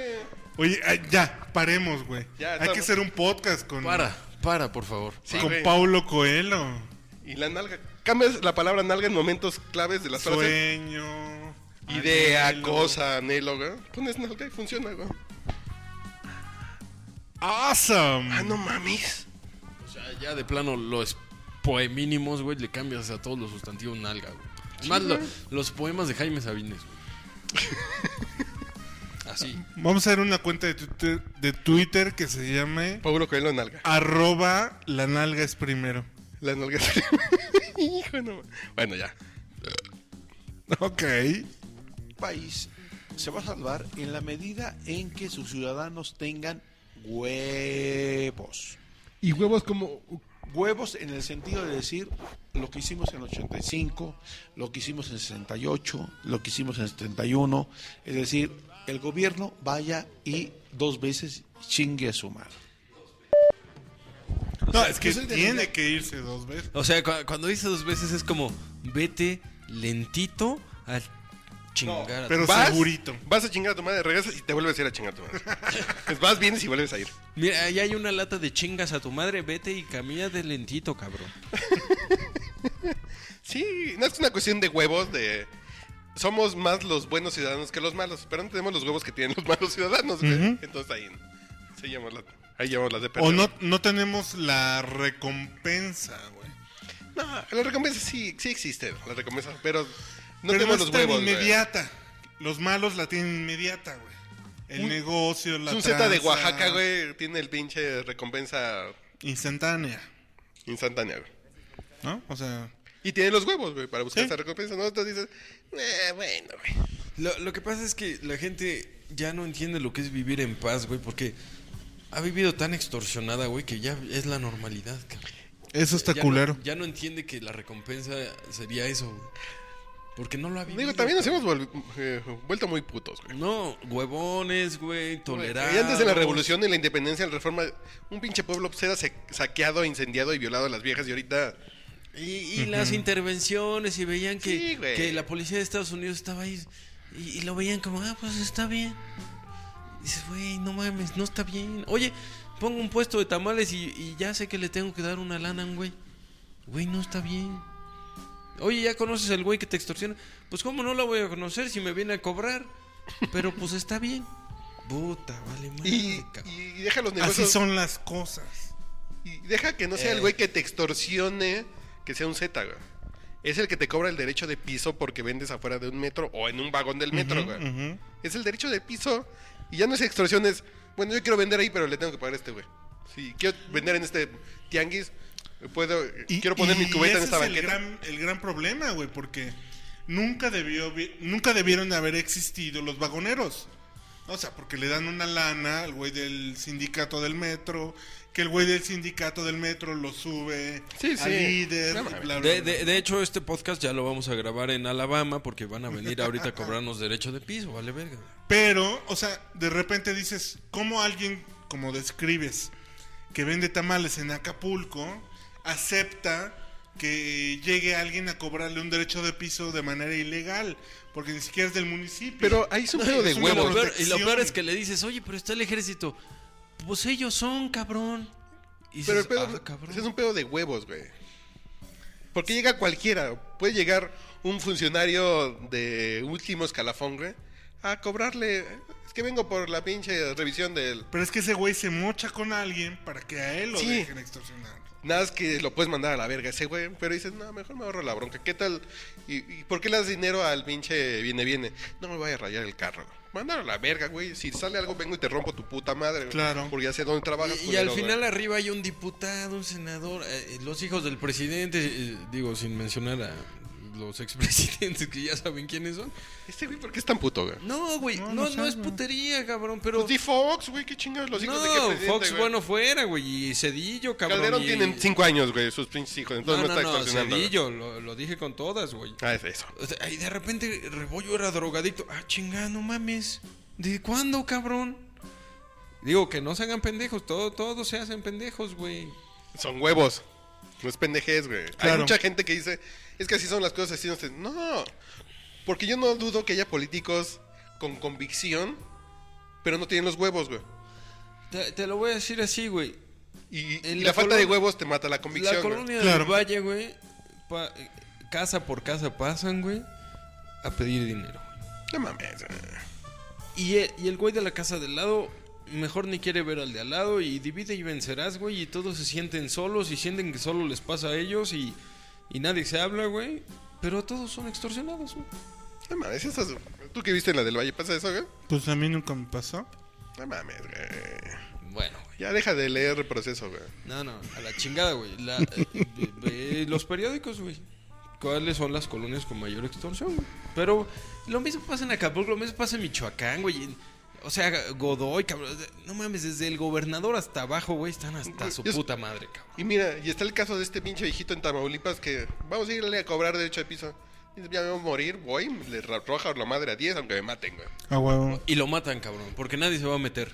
Speaker 1: Oye, ay, ya, paremos, güey.
Speaker 2: Ya,
Speaker 1: Hay
Speaker 2: estamos.
Speaker 1: que hacer un podcast
Speaker 2: Mm.
Speaker 1: con,
Speaker 3: Para, para, por favor.
Speaker 2: Sí,
Speaker 1: con
Speaker 2: güey.
Speaker 1: Paulo Coelho.
Speaker 2: Y la nalga. Cambias la palabra nalga en momentos claves de las frases.
Speaker 1: Sueño.
Speaker 2: Idea,
Speaker 1: anhelo.
Speaker 2: cosa, anhelo, güey. Pones nalga y funciona, güey.
Speaker 1: Awesome.
Speaker 2: Ah, no mames.
Speaker 3: O sea, ya de plano los poemínimos, güey, le cambias a todos los sustantivos nalga, güey. Más lo- los poemas de Jaime Sabines, güey.
Speaker 2: [LAUGHS]
Speaker 3: Así.
Speaker 1: Vamos a hacer una cuenta de Twitter, de Twitter que se llame
Speaker 2: Pablo Coelho, nalga.
Speaker 1: arroba la nalga es primero.
Speaker 2: La nalga. [LAUGHS] Hijo, no. Bueno, ya.
Speaker 1: Ok.
Speaker 9: país se va a salvar en la medida en que sus ciudadanos tengan huevos.
Speaker 10: Y huevos como.
Speaker 9: Huevos en el sentido de decir lo que hicimos en 85, lo que hicimos en 68, lo que hicimos en 71. Es decir, el gobierno vaya y dos veces chingue a su madre.
Speaker 1: No, es que
Speaker 10: yo soy de
Speaker 1: tiene
Speaker 10: la-
Speaker 1: que irse dos veces.
Speaker 3: O sea, cua- cuando dice dos veces es como, vete lentito a chingar. a tu-
Speaker 1: Pero
Speaker 2: ¿Vas?
Speaker 1: segurito.
Speaker 2: Vas a chingar a tu madre, regresas y te vuelves a ir a chingar a tu
Speaker 1: [LAUGHS]
Speaker 2: madre. Pues vas, vienes y vuelves a ir.
Speaker 3: Mira, ahí hay una lata de chingas a tu madre, vete y camina de lentito, cabrón.
Speaker 2: Sí, no es una cuestión de huevos, de... Somos más los buenos ciudadanos que los malos, pero no tenemos los huevos que tienen los malos ciudadanos, güey.
Speaker 1: Ujú.
Speaker 2: Entonces ahí... se llama la- ahí llevamos las de perder.
Speaker 1: O no, no tenemos la recompensa, güey.
Speaker 2: No, la recompensa sí, sí existe, la recompensa, pero
Speaker 1: pero
Speaker 2: No
Speaker 1: no
Speaker 2: tengo
Speaker 1: es
Speaker 2: los
Speaker 1: tan
Speaker 2: huevos, güey.
Speaker 1: inmediata. Los malos la tienen inmediata, güey. El negocio, la
Speaker 2: Es un Z de
Speaker 1: tranza,
Speaker 2: Oaxaca, güey. Tiene el pinche recompensa
Speaker 1: Instantánea,
Speaker 2: instantánea, güey.
Speaker 1: ¿no? O sea,
Speaker 2: Y tiene los huevos, güey, para buscar
Speaker 1: Sí.
Speaker 2: esa recompensa. No, entonces dices, eh, bueno, güey.
Speaker 3: Lo, lo que pasa es que la gente ya no entiende lo que es vivir en paz, güey, porque ha vivido tan extorsionada, güey, que ya es la normalidad, cabrón.
Speaker 1: eso está
Speaker 3: ya
Speaker 1: culero.
Speaker 3: No, ya no entiende que la recompensa sería eso, güey. Porque no lo ha vivido.
Speaker 2: Digo, también nos
Speaker 3: cabrón.
Speaker 2: hemos vuel- eh, vuelto muy putos, güey.
Speaker 3: No, huevones, güey, tolerados.
Speaker 2: Y antes de la revolución, en la independencia, en la reforma, un pinche pueblo pues, era se- saqueado, incendiado y violado a las viejas. Y ahorita,
Speaker 3: Y, y las intervenciones, y veían que,
Speaker 2: Sí, güey.
Speaker 3: que la policía de Estados Unidos estaba ahí. Y, y lo veían como, ah, pues está bien. Dices, güey, no mames, no está bien. Oye, pongo un puesto de tamales y, y ya sé que le tengo que dar una lana, a un güey. Güey, no está bien. Oye, ¿ya conoces al güey que te extorsiona? Pues, ¿cómo no lo voy a conocer si me viene a cobrar? Pero, pues, está bien. Puta, vale, madre,
Speaker 2: y,
Speaker 3: cabrón.
Speaker 2: y deja los
Speaker 1: Así
Speaker 2: negocios.
Speaker 1: son las cosas.
Speaker 2: Y deja que no
Speaker 1: Eh.
Speaker 2: sea el güey que te extorsione, que sea un Z, güey. Es el que te cobra el derecho de piso porque vendes afuera de un metro o en un vagón del metro, güey.
Speaker 1: Ujú.
Speaker 2: Es el derecho de piso y ya no es extorsión, es, bueno, yo quiero vender ahí, pero le tengo que pagar a este güey. Si quiero vender en este tianguis, puedo,
Speaker 1: Y-
Speaker 2: quiero poner mi
Speaker 1: y
Speaker 2: cubeta en
Speaker 1: ese
Speaker 2: esta
Speaker 1: es el
Speaker 2: banqueta.
Speaker 1: gran, el gran problema, güey, porque nunca debió, vi- nunca debieron de haber existido los vagoneros. O sea, porque le dan una lana al güey del sindicato del metro, que el güey del sindicato del metro lo sube
Speaker 2: Sí,
Speaker 1: a
Speaker 2: sí.
Speaker 1: líder,
Speaker 2: No
Speaker 1: bla,
Speaker 2: mames.
Speaker 1: bla,
Speaker 3: De,
Speaker 1: bla.
Speaker 3: de- de hecho, este podcast ya lo vamos a grabar en Alabama porque van a venir ahorita a cobrarnos derecho de piso, vale verga.
Speaker 1: Pero, o sea, de repente dices, ¿cómo alguien, como describes, que vende tamales en Acapulco, acepta que llegue alguien a cobrarle un derecho de piso de manera ilegal? Porque ni siquiera es del municipio.
Speaker 2: Pero
Speaker 1: [LAUGHS]
Speaker 2: ahí es un pedo de
Speaker 1: es una
Speaker 3: Y lo,
Speaker 2: huevos.
Speaker 1: broma.
Speaker 3: peor, y lo
Speaker 1: protección.
Speaker 3: peor es que le dices, oye, pero está el ejército. Pues ellos son, cabrón. Y dices,
Speaker 2: Pero el pedo
Speaker 3: "Ah, cabrón".
Speaker 2: es un pedo de huevos, güey. Porque llega cualquiera. Puede llegar un funcionario de último escalafón, güey, a cobrarle. Es que vengo por la pinche revisión del.
Speaker 1: Pero es que ese güey se mocha con alguien para que a él lo
Speaker 2: Sí.
Speaker 1: dejen extorsionar.
Speaker 2: Nada es que lo puedes mandar a la verga ese güey, pero dices, no, mejor me ahorro la bronca. ¿Qué tal? ¿Y, y por qué le das dinero al pinche viene, viene? No me vaya a rayar el carro. Mándalo a la verga, güey. Si sale algo, vengo y te rompo tu puta madre. güey.
Speaker 1: Claro.
Speaker 2: Porque ya sé dónde trabajas.
Speaker 3: Y, y al
Speaker 2: culero,
Speaker 3: final
Speaker 2: güey.
Speaker 3: arriba hay un diputado, un senador, eh, los hijos del presidente, eh, digo, sin mencionar a los [LAUGHS] expresidentes que ya saben quiénes son.
Speaker 2: Este güey, ¿por qué es tan puto, güey?
Speaker 3: No, güey, no, no, es putería, cabrón, pero...
Speaker 2: Pues di Fox, güey, qué chingados los hijos de qué
Speaker 3: no,
Speaker 2: presidente,
Speaker 3: Fox
Speaker 2: güey?
Speaker 3: bueno fuera, güey, y Cedillo, cabrón.
Speaker 2: Calderón
Speaker 3: y-
Speaker 2: tienen 5 años, güey, sus pinches hijos.
Speaker 3: No,
Speaker 2: Entonces
Speaker 3: no,
Speaker 2: no,
Speaker 3: no,
Speaker 2: está extorsionando. güey.
Speaker 3: Cedillo, lo, lo dije con todas, güey.
Speaker 2: Ah, es eso.
Speaker 3: O sea, y de repente Rebollo era drogadicto. Ah, chingada, no mames. ¿De cuándo, cabrón? Digo, que no se hagan pendejos. Todo, todos se hacen pendejos, güey.
Speaker 2: Son huevos. No es pendejez, güey. Hay
Speaker 1: Claro.
Speaker 2: mucha gente que dice, es que así son las cosas, así no se... No, porque yo no dudo que haya políticos con convicción, pero no tienen los huevos, güey.
Speaker 3: Te, te lo voy a decir así, güey.
Speaker 2: Y,
Speaker 3: En
Speaker 2: y
Speaker 3: la
Speaker 2: la, falta de
Speaker 3: colonia-
Speaker 2: huevos te mata la convicción.
Speaker 3: La
Speaker 2: güey.
Speaker 3: colonia
Speaker 1: Claro.
Speaker 3: del Valle, güey. pa- eh, casa por casa pasan, güey. A pedir dinero.
Speaker 2: No mames. güey.
Speaker 3: Y el, y el güey de la casa del lado mejor ni quiere ver al de al lado y divide y vencerás, güey, y todos se sienten solos y sienten que solo les pasa a ellos y, y nadie se habla, güey. Pero todos son extorsionados, güey.
Speaker 2: No mames, esas- ¿Tú que viste en la del Valle pasa eso, güey?
Speaker 1: Pues a mí nunca me pasó.
Speaker 2: No mames, güey.
Speaker 3: Bueno, güey.
Speaker 2: Ya deja de leer el proceso, güey.
Speaker 3: No, no, a la chingada, güey. La- eh, ve- ve los periódicos, güey. ¿Cuáles son las colonias con mayor extorsión? güey? Pero lo mismo pasa en Acapulco, lo mismo pasa en Michoacán, güey. en- O sea, Godoy, cabrón. No mames, desde el gobernador hasta abajo, güey, están hasta su
Speaker 2: Yo-
Speaker 3: puta madre, cabrón.
Speaker 2: Y mira, y está el caso de este pinche viejito en Tamaulipas que vamos a irle a cobrar derecho de piso. Dice, Ya me voy a morir, voy, le ra- roja la madre a 10 aunque me maten, güey.
Speaker 1: A huevo.
Speaker 3: Y lo matan, cabrón, porque nadie se va a meter.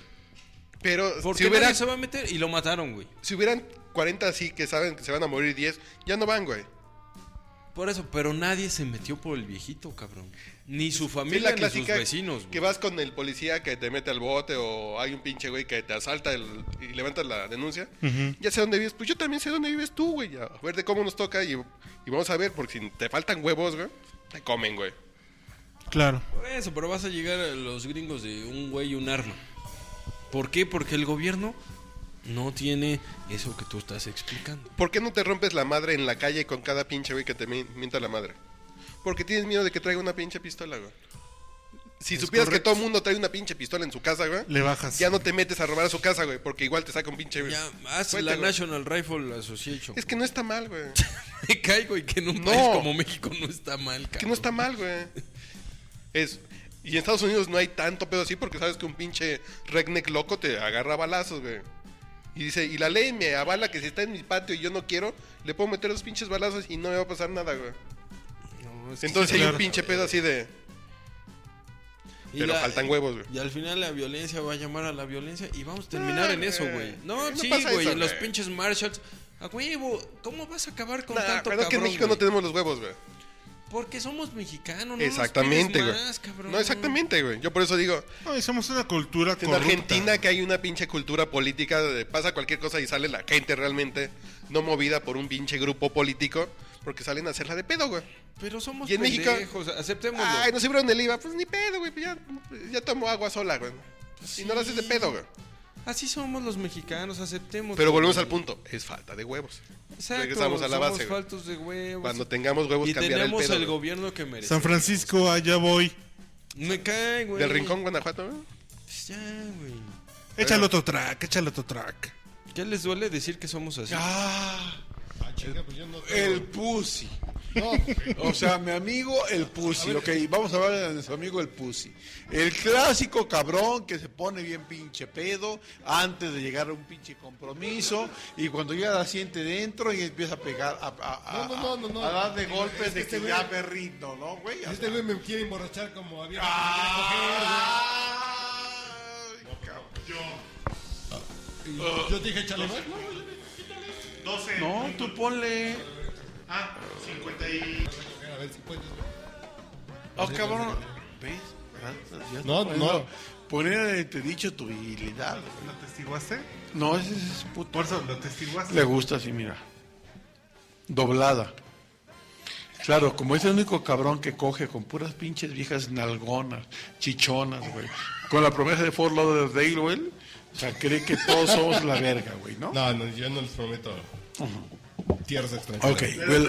Speaker 2: Pero
Speaker 3: Porque
Speaker 2: si, hubiera-
Speaker 3: nadie se va a meter y lo mataron, güey.
Speaker 2: si hubieran 40 así que saben que se van a morir 10, ya no van, güey.
Speaker 3: Por eso, pero nadie se metió por el viejito, cabrón. Ni su
Speaker 2: Sí,
Speaker 3: familia,
Speaker 2: la
Speaker 3: ni sus
Speaker 2: clásica
Speaker 3: vecinos,
Speaker 2: que
Speaker 3: güey.
Speaker 2: vas con el policía que te mete al bote o hay un pinche güey que te asalta el- y levanta la denuncia. Ya sé dónde vives, pues yo también sé dónde vives tú, güey. A ver de cómo nos toca y, y vamos a ver, porque si te faltan huevos, güey, te comen, güey.
Speaker 1: Claro.
Speaker 3: Por eso, pero vas a llegar a los gringos de un güey y un arma. ¿Por qué? Porque el gobierno no tiene eso que tú estás explicando.
Speaker 2: ¿Por qué no te rompes la madre en la calle con cada pinche güey que te mi- mienta la madre? Porque tienes miedo de que traiga una pinche pistola, güey. Si supieras que todo el mundo trae una pinche pistola en su casa, güey,
Speaker 1: Le bajas.
Speaker 2: ya no te metes a robar a su casa, güey, porque igual te saca un pinche.
Speaker 3: Ya, haz
Speaker 2: Vete,
Speaker 3: la
Speaker 2: güey.
Speaker 3: National Rifle Association.
Speaker 2: Es que no está mal, güey.
Speaker 3: [LAUGHS] Me caigo y que en un
Speaker 2: No.
Speaker 3: país como México no está mal,
Speaker 2: Que no
Speaker 3: cabrón.
Speaker 2: está mal, güey. Es. Y en Estados Unidos no hay tanto pedo así porque sabes que un pinche redneck loco te agarra a balazos, güey. Y dice, y la ley me avala que si está en mi patio y yo no quiero, le puedo meter los pinches balazos y no me va a pasar nada, güey.
Speaker 3: No, es que
Speaker 2: Entonces
Speaker 3: sí,
Speaker 2: hay un
Speaker 3: claro.
Speaker 2: pinche pedo así de.
Speaker 3: Y
Speaker 2: Pero
Speaker 3: la-
Speaker 2: faltan huevos, güey.
Speaker 3: Y al final la violencia va a llamar a la violencia y vamos a terminar
Speaker 2: Ah,
Speaker 3: en eso, güey.
Speaker 2: güey.
Speaker 3: No,
Speaker 2: No
Speaker 3: sí,
Speaker 2: pasa
Speaker 3: güey,
Speaker 2: eso,
Speaker 3: en los
Speaker 2: güey.
Speaker 3: pinches Marshalls. A huevo, ¿cómo vas a acabar con
Speaker 2: Nah,
Speaker 3: tanto
Speaker 2: pero es
Speaker 3: cabrón?
Speaker 2: que en México no
Speaker 3: güey?
Speaker 2: tenemos los huevos, güey.
Speaker 3: Porque somos mexicanos, no
Speaker 2: exactamente, güey.
Speaker 3: güey.
Speaker 2: No, exactamente, güey. Yo por eso digo,
Speaker 1: No, y somos una cultura
Speaker 2: en
Speaker 1: corrupta.
Speaker 2: Argentina que hay una pinche cultura política de pasa cualquier cosa y sale la gente realmente no movida por un pinche grupo político porque salen a hacerla de pedo, güey.
Speaker 3: Pero somos
Speaker 2: Y en México-
Speaker 3: pendejos, aceptémoslo.
Speaker 2: Ay, no se vieron el IVA, pues ni pedo, güey. pues Ya, ya tomo agua sola, güey.
Speaker 3: Pues
Speaker 2: Y no la haces de pedo, güey.
Speaker 3: Así somos los mexicanos, aceptemos.
Speaker 2: Pero volvemos al punto, es falta de huevos.
Speaker 3: Exacto,
Speaker 2: Regresamos a la
Speaker 3: somos
Speaker 2: base, güey.
Speaker 3: faltos de huevos.
Speaker 2: Cuando tengamos huevos
Speaker 3: y
Speaker 2: cambiará el
Speaker 3: tenemos
Speaker 2: pedo.
Speaker 3: el
Speaker 2: güey.
Speaker 3: gobierno que merece.
Speaker 1: San Francisco, allá voy.
Speaker 3: Me cae, güey.
Speaker 2: Del Rincón, Guanajuato, güey.
Speaker 3: Pues ya, güey.
Speaker 1: Échale otro track, échale otro track.
Speaker 3: ¿Qué les duele decir que somos así?
Speaker 11: Ah. pues El pussy. No, o sea, mi amigo el pussy. Ok, vamos a hablar de nuestro amigo el pussy. El clásico cabrón que se pone bien pinche pedo antes de llegar a un pinche compromiso y cuando llega la siente dentro y empieza a pegar, a, a- a- No, no, no, no, no. a darle golpes Es que de este que güey- ya me rindo, ¿no, güey? O Este sea, güey me quiere emborrachar como había.
Speaker 1: Ah,
Speaker 11: ¡Ay, Y yo
Speaker 9: Ah,
Speaker 11: dije, échale más. No, güey,
Speaker 1: 12.
Speaker 9: No, tú ponle.
Speaker 1: Ah, 50 y...
Speaker 11: a ver si puedes.
Speaker 9: Ah, cabrón. ¿Ves? Ah, ya
Speaker 11: No,
Speaker 9: está
Speaker 11: no.
Speaker 9: poniendo- Poner en dicho tu habilidad.
Speaker 1: ¿Lo testiguaste?
Speaker 9: No, ese es puto.
Speaker 1: Por eso, ¿lo testiguaste?
Speaker 9: Le gusta así, mira. Doblada. Claro, como es el único cabrón que coge con puras pinches viejas nalgonas, chichonas, güey. Con la promesa de Fort Lauderdale, güey. O sea, cree que todos somos la verga, güey, ¿no?
Speaker 11: No, no, yo no les prometo tierras extranjeras.
Speaker 9: Ok, güey.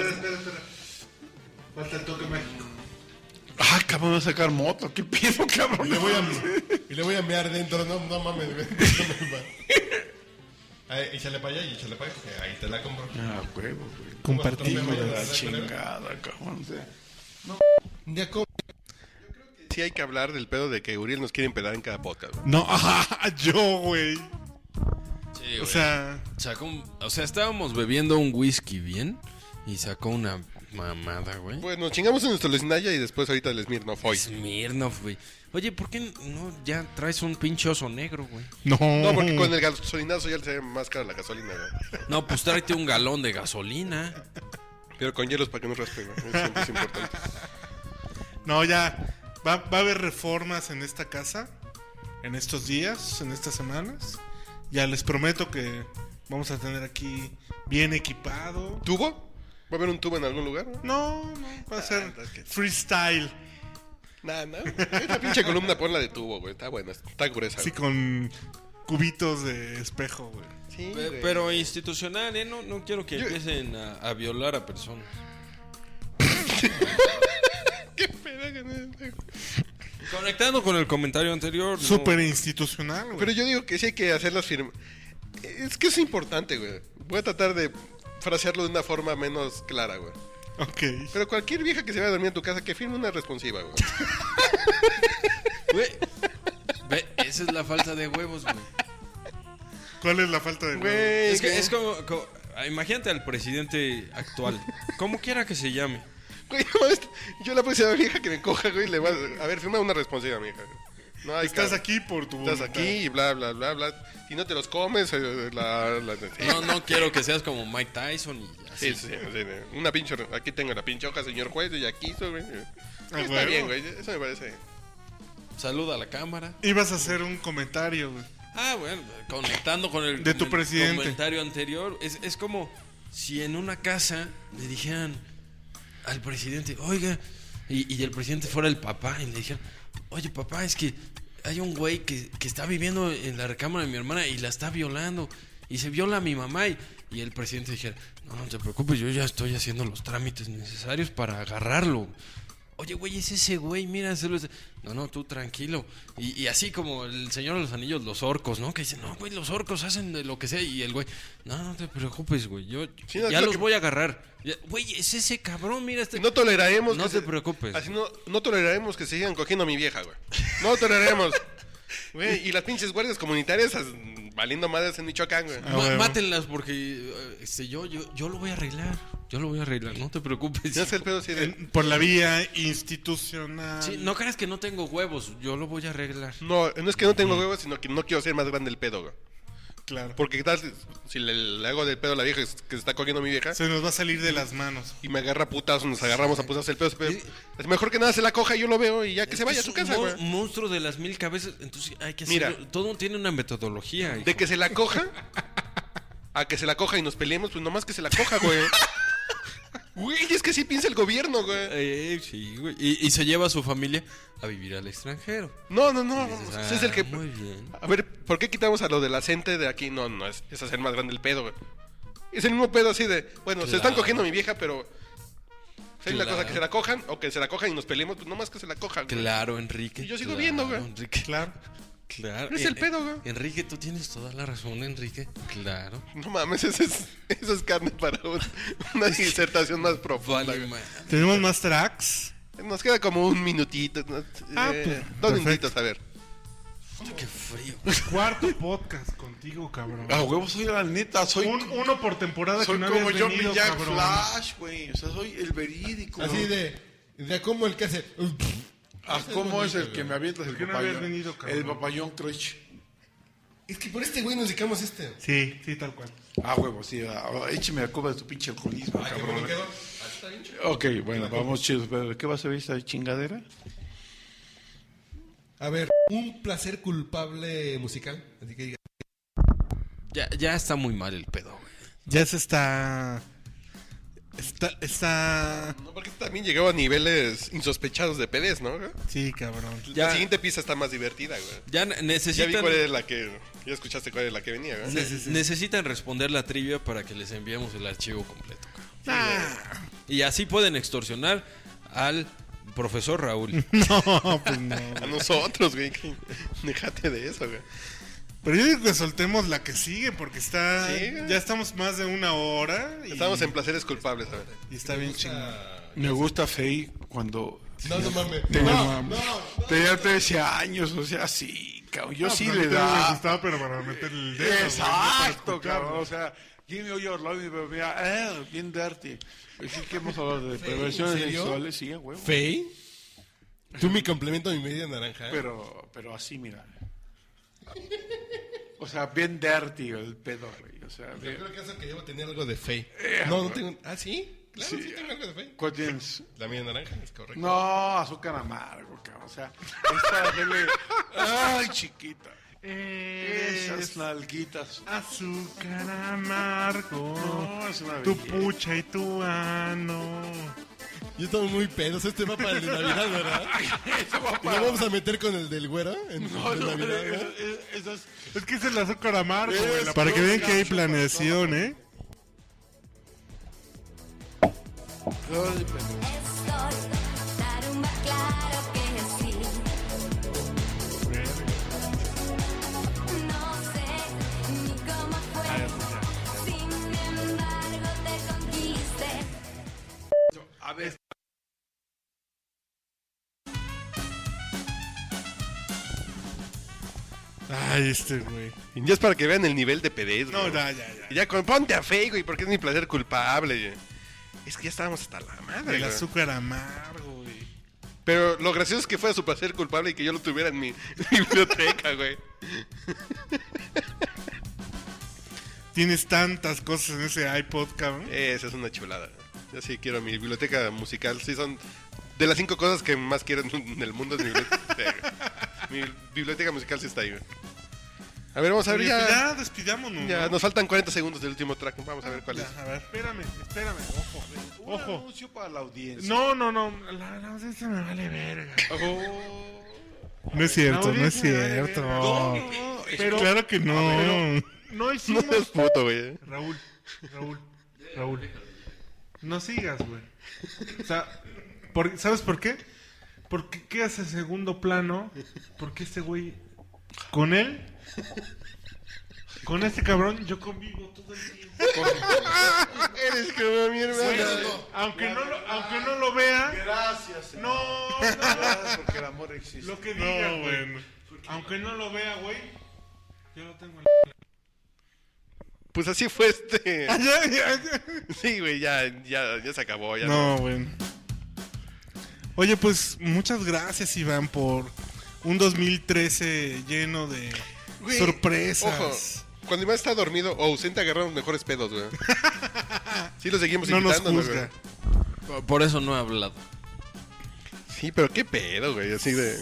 Speaker 1: Falta el toque mágico.
Speaker 9: Ah, cabrón, va a sacar moto. ¿Qué pido, cabrón?
Speaker 11: Y le voy a, y le voy a mear dentro, no, no mames, güey. No mames. Ay, échale para allá y échale para acá, que ahí te la compro.
Speaker 9: Ah, huevo, güey.
Speaker 11: Compartimos.
Speaker 9: La chingada, cabrón. o sea.
Speaker 11: Ya co-
Speaker 2: Sí hay que hablar del pedo de que Uriel nos quiere empedar en cada podcast, güey.
Speaker 1: No, [LAUGHS] ajá, yo, güey.
Speaker 3: Sí, güey.
Speaker 1: O sea,
Speaker 3: Sacó un- o sea, estábamos bebiendo un whisky bien y sacó una mamada, güey.
Speaker 2: Bueno, chingamos en nuestro Lesnaya y después ahorita el Smirnoff hoy.
Speaker 3: Smirnoff, güey. Oye, ¿por qué no ya traes un pinche oso negro, güey?
Speaker 1: no.
Speaker 2: No, porque con el gasolinazo ya le sale más cara la gasolina, güey.
Speaker 3: No, pues tráete un galón de gasolina.
Speaker 2: Pero con hielos para que no raspe, güey. Eso siempre es importante.
Speaker 1: No, ya. Va, va a haber reformas en esta casa. En estos días, en estas semanas. Ya les prometo que vamos a tener aquí bien equipado.
Speaker 2: ¿Tubo? ¿Va a haber un tubo en algún lugar? güey?
Speaker 1: No, no, va a ser
Speaker 3: Ah,
Speaker 2: entonces que-
Speaker 1: freestyle.
Speaker 2: Nah, no. Esa pinche columna ponla de tubo, güey. Está buena, está gruesa.
Speaker 1: Así
Speaker 2: güey.
Speaker 1: con cubitos de espejo, güey.
Speaker 2: Sí,
Speaker 3: Pe-
Speaker 2: güey.
Speaker 3: Pero institucional, ¿eh? No, no quiero que
Speaker 2: Yo-
Speaker 3: empiecen a, a violar a personas.
Speaker 2: [LAUGHS] ¿Qué pedo con eso?
Speaker 3: Conectando con el comentario anterior. no.
Speaker 1: Súper institucional, güey.
Speaker 2: Pero yo digo que sí hay que hacer las firmas. Es que es importante, güey. Voy a tratar de frasearlo de una forma menos clara, güey.
Speaker 1: Ok.
Speaker 2: Pero cualquier vieja que se vaya a dormir en tu casa, que firme una
Speaker 1: [LAUGHS]
Speaker 2: responsiva, güey.
Speaker 3: Güey, ve, esa es la falta de huevos, güey.
Speaker 1: ¿Cuál es la falta de huevos?
Speaker 2: Güey,
Speaker 3: Es que
Speaker 2: güey.
Speaker 3: es como, como- ah, Imagínate al presidente actual, como quiera que se llame.
Speaker 2: Güey, no mames, yo la próxima vieja que me coja, güey, le voy a... A ver, firma una responsiva, mija. No hay
Speaker 1: Estás
Speaker 2: caso.
Speaker 1: aquí por tu
Speaker 2: Estás
Speaker 1: voluntad.
Speaker 2: aquí y bla, bla, bla, bla. Si no te los comes, eh, la... la- sí,
Speaker 3: No, no quiero que seas como Mike Tyson y así.
Speaker 2: sí, sí, sí, Una pinche... Aquí tengo la pinche hoja, señor juez, y aquí hizo, güey.
Speaker 1: Ah,
Speaker 2: Está
Speaker 1: huevo.
Speaker 2: bien, güey. Eso me parece...
Speaker 3: Saluda a la cámara.
Speaker 1: Ibas a hacer un comentario, güey.
Speaker 3: Ah, bueno, conectando con el
Speaker 1: De tu
Speaker 3: comen-
Speaker 1: presidente.
Speaker 3: comentario anterior. Es, es como si en una casa le dijeran al presidente, oiga, y, y el presidente fuera el papá y le dijeran, oye papá, es que hay un güey que, que está viviendo en la recámara de mi hermana y la está violando. Y se viola a mi mamá y, y el presidente dijera, no, no te preocupes, yo ya estoy haciendo los trámites necesarios para agarrarlo. Oye, güey, es ese güey, mira, se lo es- No, no, tú tranquilo. Y, y así como el Señor de los Anillos, los orcos, ¿no? Que dicen, no, güey, los orcos hacen de lo que sea. Y el güey, no, no te preocupes, güey, yo
Speaker 2: Sí, no, es
Speaker 3: ya
Speaker 2: lo
Speaker 3: los
Speaker 2: que-
Speaker 3: voy a agarrar. Ya- Güey, es ese cabrón, mira. Este...
Speaker 2: No toleraremos.
Speaker 3: No
Speaker 2: que
Speaker 3: te
Speaker 2: se-
Speaker 3: preocupes.
Speaker 2: Así no, no toleraremos que se sigan cogiendo a mi vieja, güey. No
Speaker 3: [LAUGHS]
Speaker 2: toleraremos. Güey, y las pinches guardias comunitarias as- valiendo madres en Michoacán, güey.
Speaker 3: Ma- mátenlas porque eh, este, yo, yo, yo lo voy a arreglar. Yo lo voy a arreglar, no te preocupes.
Speaker 2: No es que el pedo así de-
Speaker 1: Por la vía institucional.
Speaker 3: Sí, no creas que no tengo huevos, yo lo voy a arreglar.
Speaker 2: No, no es que no tengo huevos, sino que no quiero ser más grande el pedo, güey.
Speaker 1: Claro.
Speaker 2: Porque qué tal si- si le, le hago del pedo a la vieja que se- que se está cogiendo a mi vieja
Speaker 1: Se nos va a salir de las manos.
Speaker 2: y me agarra putas, nos agarramos a putas el pedo. pero es mejor que nada se la coja y yo lo veo y ya que se vaya a
Speaker 3: Este Es
Speaker 2: su
Speaker 3: un
Speaker 2: casa,
Speaker 3: mon-
Speaker 2: güey.
Speaker 3: monstruo de las mil cabezas, entonces hay que
Speaker 2: Mira.
Speaker 3: hacerlo. Todo tiene una metodología. hijo.
Speaker 2: De que se la coja a que se la coja y nos peleemos, pues nomás que se la coja, güey. Güey, es que sí piensa el gobierno, güey.
Speaker 3: Eh, sí, güey. Y, y se lleva a su familia a vivir al extranjero.
Speaker 2: No, no, no.
Speaker 3: Dices,
Speaker 2: ese es el
Speaker 3: "Ah,
Speaker 2: que.
Speaker 3: Muy bien.
Speaker 2: A ver, ¿por qué quitamos a lo de la gente de aquí? No, no, es, es hacer más grande el pedo, güey. Es el mismo pedo así de. Bueno, se están
Speaker 3: Claro.
Speaker 2: cogiendo a mi vieja, pero. ¿Sabes la cosa?
Speaker 3: Claro.
Speaker 2: Que se la cojan o que se la cojan y nos peleemos, pues nomás que se la cojan. güey.
Speaker 3: Claro, Enrique.
Speaker 2: Y yo sigo
Speaker 3: claro,
Speaker 2: viendo, güey.
Speaker 3: Enrique.
Speaker 1: Claro.
Speaker 3: Claro.
Speaker 2: Pero es el
Speaker 3: Eh,
Speaker 2: pedo, güey.
Speaker 3: Enrique, tú tienes toda la razón, Enrique. Claro.
Speaker 2: No mames, eso es, eso es carne para un- una disertación más profunda.
Speaker 3: Vale,
Speaker 2: güey.
Speaker 3: ma-
Speaker 1: ¿Tenemos más tracks?
Speaker 2: Nos queda como un minutito. ¿no?
Speaker 1: Ah,
Speaker 2: Eh,
Speaker 1: pues,
Speaker 2: dos
Speaker 1: perfecto.
Speaker 2: minutitos, a ver.
Speaker 3: Qué frío.
Speaker 1: Cuarto podcast contigo, cabrón.
Speaker 11: A huevo soy la neta, soy,
Speaker 1: Un- uno por temporada
Speaker 11: soy
Speaker 1: que no
Speaker 11: como
Speaker 1: habías
Speaker 11: Johnny
Speaker 1: venido,
Speaker 11: Jack
Speaker 1: cabrón.
Speaker 11: Flash, güey. O sea, soy el verídico.
Speaker 10: Así de. De cómo el que hace.
Speaker 11: Ah, ¿Cómo es el que me avientas el
Speaker 1: ¿Por qué no habías
Speaker 11: papayón?
Speaker 1: venido, cabrón?
Speaker 11: el papayón Crush.
Speaker 10: Es que por este güey nos dedicamos este.
Speaker 1: Sí, sí, tal cual.
Speaker 11: Ah, huevo, sí. ah, écheme la copa de tu pinche alcoholismo, cabrón. Ok, bueno, vamos chidos. pero ¿Qué vas a ver esta chingadera?
Speaker 10: A ver, un placer culpable musical. Así que diga.
Speaker 3: Ya, ya está muy mal el pedo, güey.
Speaker 1: Ya se
Speaker 3: Ah.
Speaker 1: está. Está. está...
Speaker 2: No, porque también llegaba a niveles insospechados de PDs, ¿no? güey?
Speaker 1: Sí, cabrón.
Speaker 3: Ya.
Speaker 2: La siguiente pista está más divertida, güey.
Speaker 3: Ya ne-
Speaker 2: Ya vi
Speaker 3: necesitan,
Speaker 2: cuál es la que. Ya escuchaste cuál es la que venía, güey.
Speaker 3: ne- necesitan responder la trivia para que les enviemos el archivo completo. cabrón.
Speaker 2: Ah.
Speaker 3: Y así pueden extorsionar al profesor
Speaker 2: [LAUGHS]
Speaker 3: Raúl.
Speaker 1: No, pues no.
Speaker 2: A nosotros, güey. que- [LAUGHS] Déjate de eso, güey.
Speaker 1: Pero yo digo que soltemos la que sigue porque está.
Speaker 2: Sí.
Speaker 1: Ah, Ya estamos más de una hora. Y,
Speaker 2: Estamos en placeres culpables, a ver.
Speaker 1: y está bien chingón.
Speaker 9: Me gusta Faye cuando
Speaker 10: No, no mames.
Speaker 9: tenía,
Speaker 10: No, no,
Speaker 9: mam-
Speaker 10: no.
Speaker 9: tenía 13 años, o sea, sí, cabrón. Yo
Speaker 1: No,
Speaker 9: sí
Speaker 1: Ah, pero a
Speaker 9: le
Speaker 1: mí también me
Speaker 9: da.
Speaker 1: gustaba, pero para meter el dedo. güey, no para
Speaker 9: Exacto,
Speaker 1: escuchar,
Speaker 9: cabrón.
Speaker 1: güey.
Speaker 9: O sea, Jimmy O'Yor, lo mi papá, eh, bien dirty. Así que hemos hablado de perversiones
Speaker 10: serio?
Speaker 9: sexuales, sí, a huevo.
Speaker 10: Fey. Tú mi complemento mi media naranja.
Speaker 9: Pero, pero así, mira. O sea, bien dirty el pedo, güey. O sea,
Speaker 10: Yo
Speaker 9: bien.
Speaker 10: creo que eso que llevo tenía algo de Fey.
Speaker 9: Eh,
Speaker 10: No, no tengo. Ah, sí. Claro, sí, tengo algo de Fey.
Speaker 9: ¿Cuál tienes?
Speaker 10: La media naranja es correcto.
Speaker 9: No, azúcar amargo, cabrón. O sea, esta
Speaker 1: [LAUGHS]
Speaker 9: dele. Ay, chiquita. Esas nalguitas.
Speaker 1: Azúcar amargo.
Speaker 9: No, es una
Speaker 1: Tu
Speaker 9: belleza.
Speaker 1: pucha y tu ano.
Speaker 10: Yo estaba muy pedos. Este va para el de
Speaker 9: [LAUGHS]
Speaker 10: Navidad, ¿verdad? ¿Y lo vamos a meter con el del güero? En
Speaker 9: No,
Speaker 10: en
Speaker 9: no,
Speaker 10: Navidad,
Speaker 9: pero
Speaker 10: ¿verdad?
Speaker 9: es- es- esas-
Speaker 1: Es que es el azúcar amargo,
Speaker 9: Es
Speaker 1: güey. Para que vean que hay
Speaker 9: azúcar,
Speaker 1: planeación, ¿eh?
Speaker 9: Ay, pero-
Speaker 12: Estoy tarumba, claro que sí. No sé ni cómo fue, sin embargo te conquisté.
Speaker 9: A ver.
Speaker 1: Ay, este, güey.
Speaker 2: Y Ya es para que vean el nivel de PDs,
Speaker 1: No,
Speaker 2: güey.
Speaker 1: ya, ya, ya.
Speaker 2: Ya con, ponte a fe, güey, porque es mi placer culpable. güey. Es que ya estábamos hasta la madre,
Speaker 1: El
Speaker 2: güey.
Speaker 1: azúcar amargo, güey.
Speaker 2: Pero lo gracioso es que fuera su placer culpable y que yo lo tuviera en mi [LAUGHS] biblioteca, güey.
Speaker 1: Tienes tantas cosas en ese iPod, cabrón.
Speaker 2: Esa es una chulada. Yo sí quiero mi biblioteca musical. Sí, son de las cinco cosas que más quiero en el mundo. Es
Speaker 1: [LAUGHS]
Speaker 2: mi biblioteca. mi biblioteca musical sí está ahí. güey. A ver, vamos a ver
Speaker 1: Oye, pues
Speaker 2: ya.
Speaker 1: ya, despidámonos.
Speaker 2: Ya,
Speaker 1: ¿no?
Speaker 2: nos faltan 40 segundos del último track. Vamos a ver cuál es.
Speaker 1: Ya, a ver, espérame, espérame. Ojo,
Speaker 9: Un
Speaker 1: ojo.
Speaker 9: anuncio para la audiencia.
Speaker 1: No, no, no. La, la audiencia me vale verga.
Speaker 9: Oh.
Speaker 1: No es
Speaker 9: La
Speaker 1: cierto, no es
Speaker 9: audiencia me vale
Speaker 1: cierto.
Speaker 9: verga. No, no, no.
Speaker 1: Pero, claro que no.
Speaker 9: No
Speaker 1: No
Speaker 2: [LAUGHS] No
Speaker 1: hicimos.
Speaker 2: es puto, güey.
Speaker 1: Raúl, Raúl, Raúl. No sigas, güey. O sea, por- ¿sabes por qué? Porque quedas en segundo plano. Porque este güey. Con él. Con este cabrón, yo convivo todo el tiempo.
Speaker 2: Eres como mi
Speaker 1: Güey,
Speaker 2: hermano.
Speaker 1: aunque, no lo, aunque no lo vea.
Speaker 11: Gracias, señor.
Speaker 1: No,
Speaker 11: Gracias
Speaker 1: no,
Speaker 11: porque el amor existe.
Speaker 1: Lo que diga,
Speaker 11: No,
Speaker 1: güey.
Speaker 11: bueno.
Speaker 1: Aunque no lo vea, güey. Yo lo tengo en
Speaker 2: Pues así fue este. [LAUGHS]
Speaker 1: la- Ya, ya, ya.
Speaker 2: Sí, güey, ya, ya, ya se acabó. Ya
Speaker 1: No, bueno. Oye, pues muchas gracias, Iván, por un 2013 lleno de
Speaker 2: Güey,
Speaker 1: sorpresas.
Speaker 2: Ojo, cuando Iván está dormido oh, o ausente, agarramos mejores
Speaker 1: [LAUGHS]
Speaker 2: pedos, güey. Sí, lo seguimos
Speaker 1: No nos
Speaker 2: invitando, ¿no,
Speaker 1: juzga.
Speaker 3: Por- Por eso no he hablado.
Speaker 2: güey? Sí, pero qué pedo, güey, así de.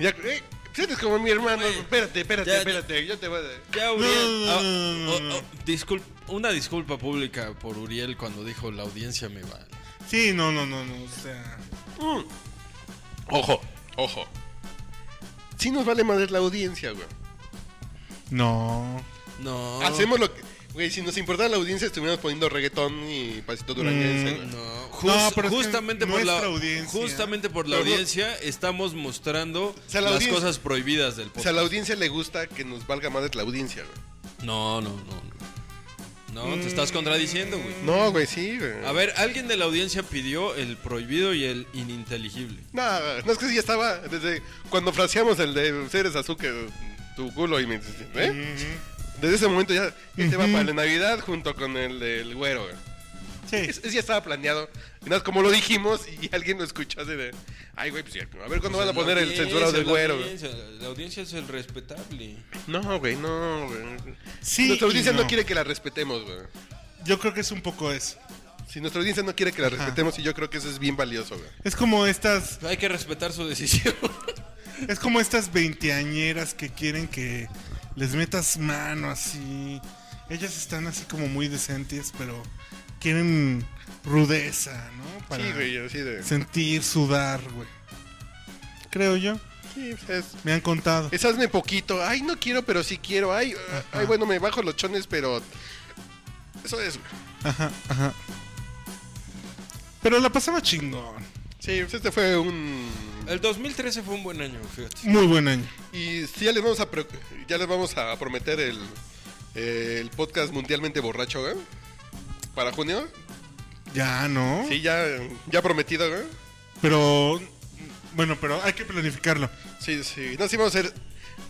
Speaker 2: Ya, eh, sientes como mi hermano. espérate, espérate,
Speaker 3: ya-
Speaker 2: espérate. Yo te voy a.
Speaker 3: Ya, Uriel.
Speaker 1: No,
Speaker 3: ah,
Speaker 1: no, no, no,
Speaker 3: oh, oh, disculp- una disculpa pública por Uriel cuando dijo la audiencia me vale.
Speaker 1: Sí, no, no, no, no. O sea,
Speaker 2: Mm. Ojo, ojo. Sí nos vale madre la audiencia, güey.
Speaker 1: no.
Speaker 3: No.
Speaker 2: Hacemos lo que. Güey, si nos importara la audiencia, estuviéramos poniendo reggaetón y pasito duranguense, güey.
Speaker 3: Mm, No,
Speaker 1: No,
Speaker 3: jus-
Speaker 1: pero es que
Speaker 3: justamente, por la,
Speaker 1: nuestra audiencia-
Speaker 3: justamente por la
Speaker 2: Pero no-
Speaker 3: audiencia estamos mostrando
Speaker 2: sea, la
Speaker 3: las
Speaker 2: audiencia-
Speaker 3: cosas prohibidas del
Speaker 2: O sea, a
Speaker 3: podcast.
Speaker 2: la audiencia le gusta que nos valga madre la audiencia, güey.
Speaker 3: No, no, no. No,
Speaker 1: Mm.
Speaker 3: te estás contradiciendo, güey.
Speaker 2: No, güey, sí, güey.
Speaker 3: A ver, alguien de la audiencia pidió el prohibido y el ininteligible.
Speaker 2: No, no es que sí, ya estaba desde cuando fraseamos el de ustedes azul que tu culo y me ¿eh? Desde ese momento ya este va para la Navidad junto con el del güero. güey.
Speaker 1: Sí.
Speaker 2: Es- ese ya estaba planeado. Y nada, más como lo dijimos y [LAUGHS] alguien lo escuchó así de, ay güey, pues ya, a ver cuándo
Speaker 3: O sea,
Speaker 2: van a poner
Speaker 3: la
Speaker 2: el censurado del
Speaker 3: audiencia,
Speaker 2: güero.
Speaker 3: La
Speaker 2: güey?
Speaker 3: audiencia, la audiencia es el respetable.
Speaker 2: No, güey, no, güey.
Speaker 1: Sí
Speaker 2: nuestra
Speaker 1: y
Speaker 2: audiencia no.
Speaker 1: no.
Speaker 2: quiere que la respetemos, güey.
Speaker 1: Yo creo que es un poco eso.
Speaker 2: Si nuestra audiencia no quiere que la respetemos y yo creo que eso es bien valioso, güey.
Speaker 1: Es como estas,
Speaker 3: Hay que respetar su decisión.
Speaker 1: es como estas veinteañeras que quieren que les metas mano así. Ellas están así como muy decentes, pero quieren rudeza, ¿no? Para-
Speaker 2: Sí, güey, así de.
Speaker 1: sentir sudar, güey. Creo yo.
Speaker 2: Sí, pues, es,
Speaker 1: Me han contado.
Speaker 2: Es hazme poquito. Ay, no quiero, pero sí quiero. Ay, ay bueno, me bajo los chones, pero. Eso es. güey.
Speaker 1: Ajá, ajá. Pero la pasaba chingón.
Speaker 2: Sí, pues, este fue un.
Speaker 3: El 2013 fue un buen año, fíjate.
Speaker 1: Muy buen año.
Speaker 2: Y sí, ya les vamos a, pre- ya les vamos a prometer el, el podcast mundialmente borracho, güey. Para junio.
Speaker 1: Ya, ¿no?
Speaker 2: Sí, ya, ya prometido, ¿eh? güey.
Speaker 1: Pero. Bueno, pero hay que planificarlo.
Speaker 2: Sí, sí. No, sí, vamos a hacer.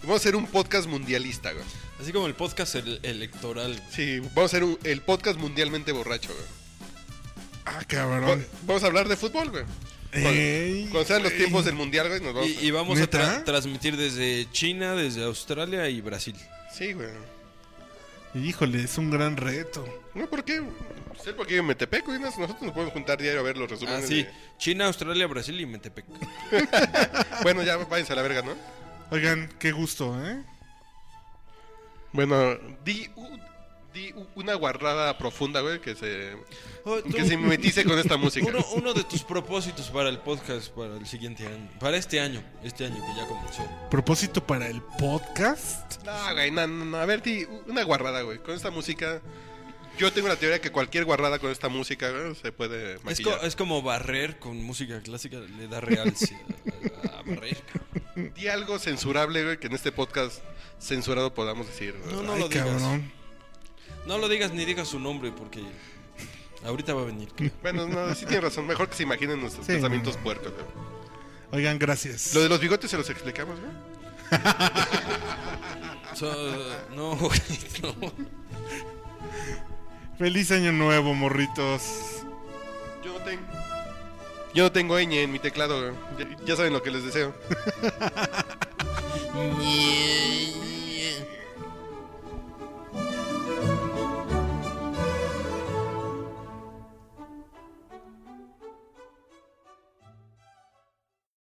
Speaker 2: Vamos a hacer un podcast mundialista, güey.
Speaker 3: Así como el podcast el- electoral.
Speaker 2: Sí, vamos a hacer un- el podcast mundialmente borracho, güey.
Speaker 1: Ah,
Speaker 2: Va-
Speaker 1: cabrón.
Speaker 2: Vamos a hablar de fútbol, güey.
Speaker 1: Ey,
Speaker 2: Cuando sean los
Speaker 1: güey.
Speaker 2: tiempos del mundial, güey, nos vamos
Speaker 3: Y, y vamos a
Speaker 1: ¿Neta?
Speaker 3: tra- transmitir desde China, desde Australia y Brasil.
Speaker 2: a... Sí, güey. Pues-
Speaker 1: Híjole, es un gran reto.
Speaker 2: No, ¿por qué? Sé porque yo me Metepec, güey. nos- Nosotros nos podemos juntar diario a ver los
Speaker 3: Ah,
Speaker 2: resúmenes.
Speaker 3: sí.
Speaker 2: de-
Speaker 3: China, Australia, Brasil y Metepec.
Speaker 2: Bueno, ya váyanse a la verga, ¿no?
Speaker 1: Oigan, qué gusto, ¿eh?
Speaker 2: Bueno, di, u- di u- una guarrada profunda, güey, que se,
Speaker 3: Oh, tú-
Speaker 2: que se mimetice con esta música.
Speaker 3: uno, uno de tus propósitos para el podcast para el siguiente año. Para este año. Este año que ya comenzó.
Speaker 1: Propósito para el podcast.
Speaker 2: No, güey, no, no, no. A ver, di u- una guarrada, güey. Con esta música. Yo tengo la teoría que cualquier guarrada con esta música, güey, se puede
Speaker 3: Es, co-
Speaker 2: maquillar.
Speaker 3: es como barrer con música clásica. Le da realce a, a- a barrer. cabrón.
Speaker 2: Di algo censurable, güey, que en este podcast censurado podamos decir. güey.
Speaker 3: No, no
Speaker 1: Ay,
Speaker 3: lo digas.
Speaker 1: cabrón.
Speaker 3: No lo digas ni digas su nombre porque ahorita va a venir. creo.
Speaker 2: Bueno, no, sí tiene razón. Mejor que se imaginen nuestros
Speaker 1: Sí,
Speaker 2: pensamientos
Speaker 1: no, no.
Speaker 2: puercos, güey.
Speaker 1: Oigan, gracias.
Speaker 2: Lo de los bigotes se los explicamos, güey.
Speaker 3: So- no, [LAUGHS] güey, no.
Speaker 1: Feliz año nuevo, morritos.
Speaker 2: Yo no tengo. Yo no tengo ñ en mi teclado, güey. ya, ya saben lo que les deseo.
Speaker 12: Yeah.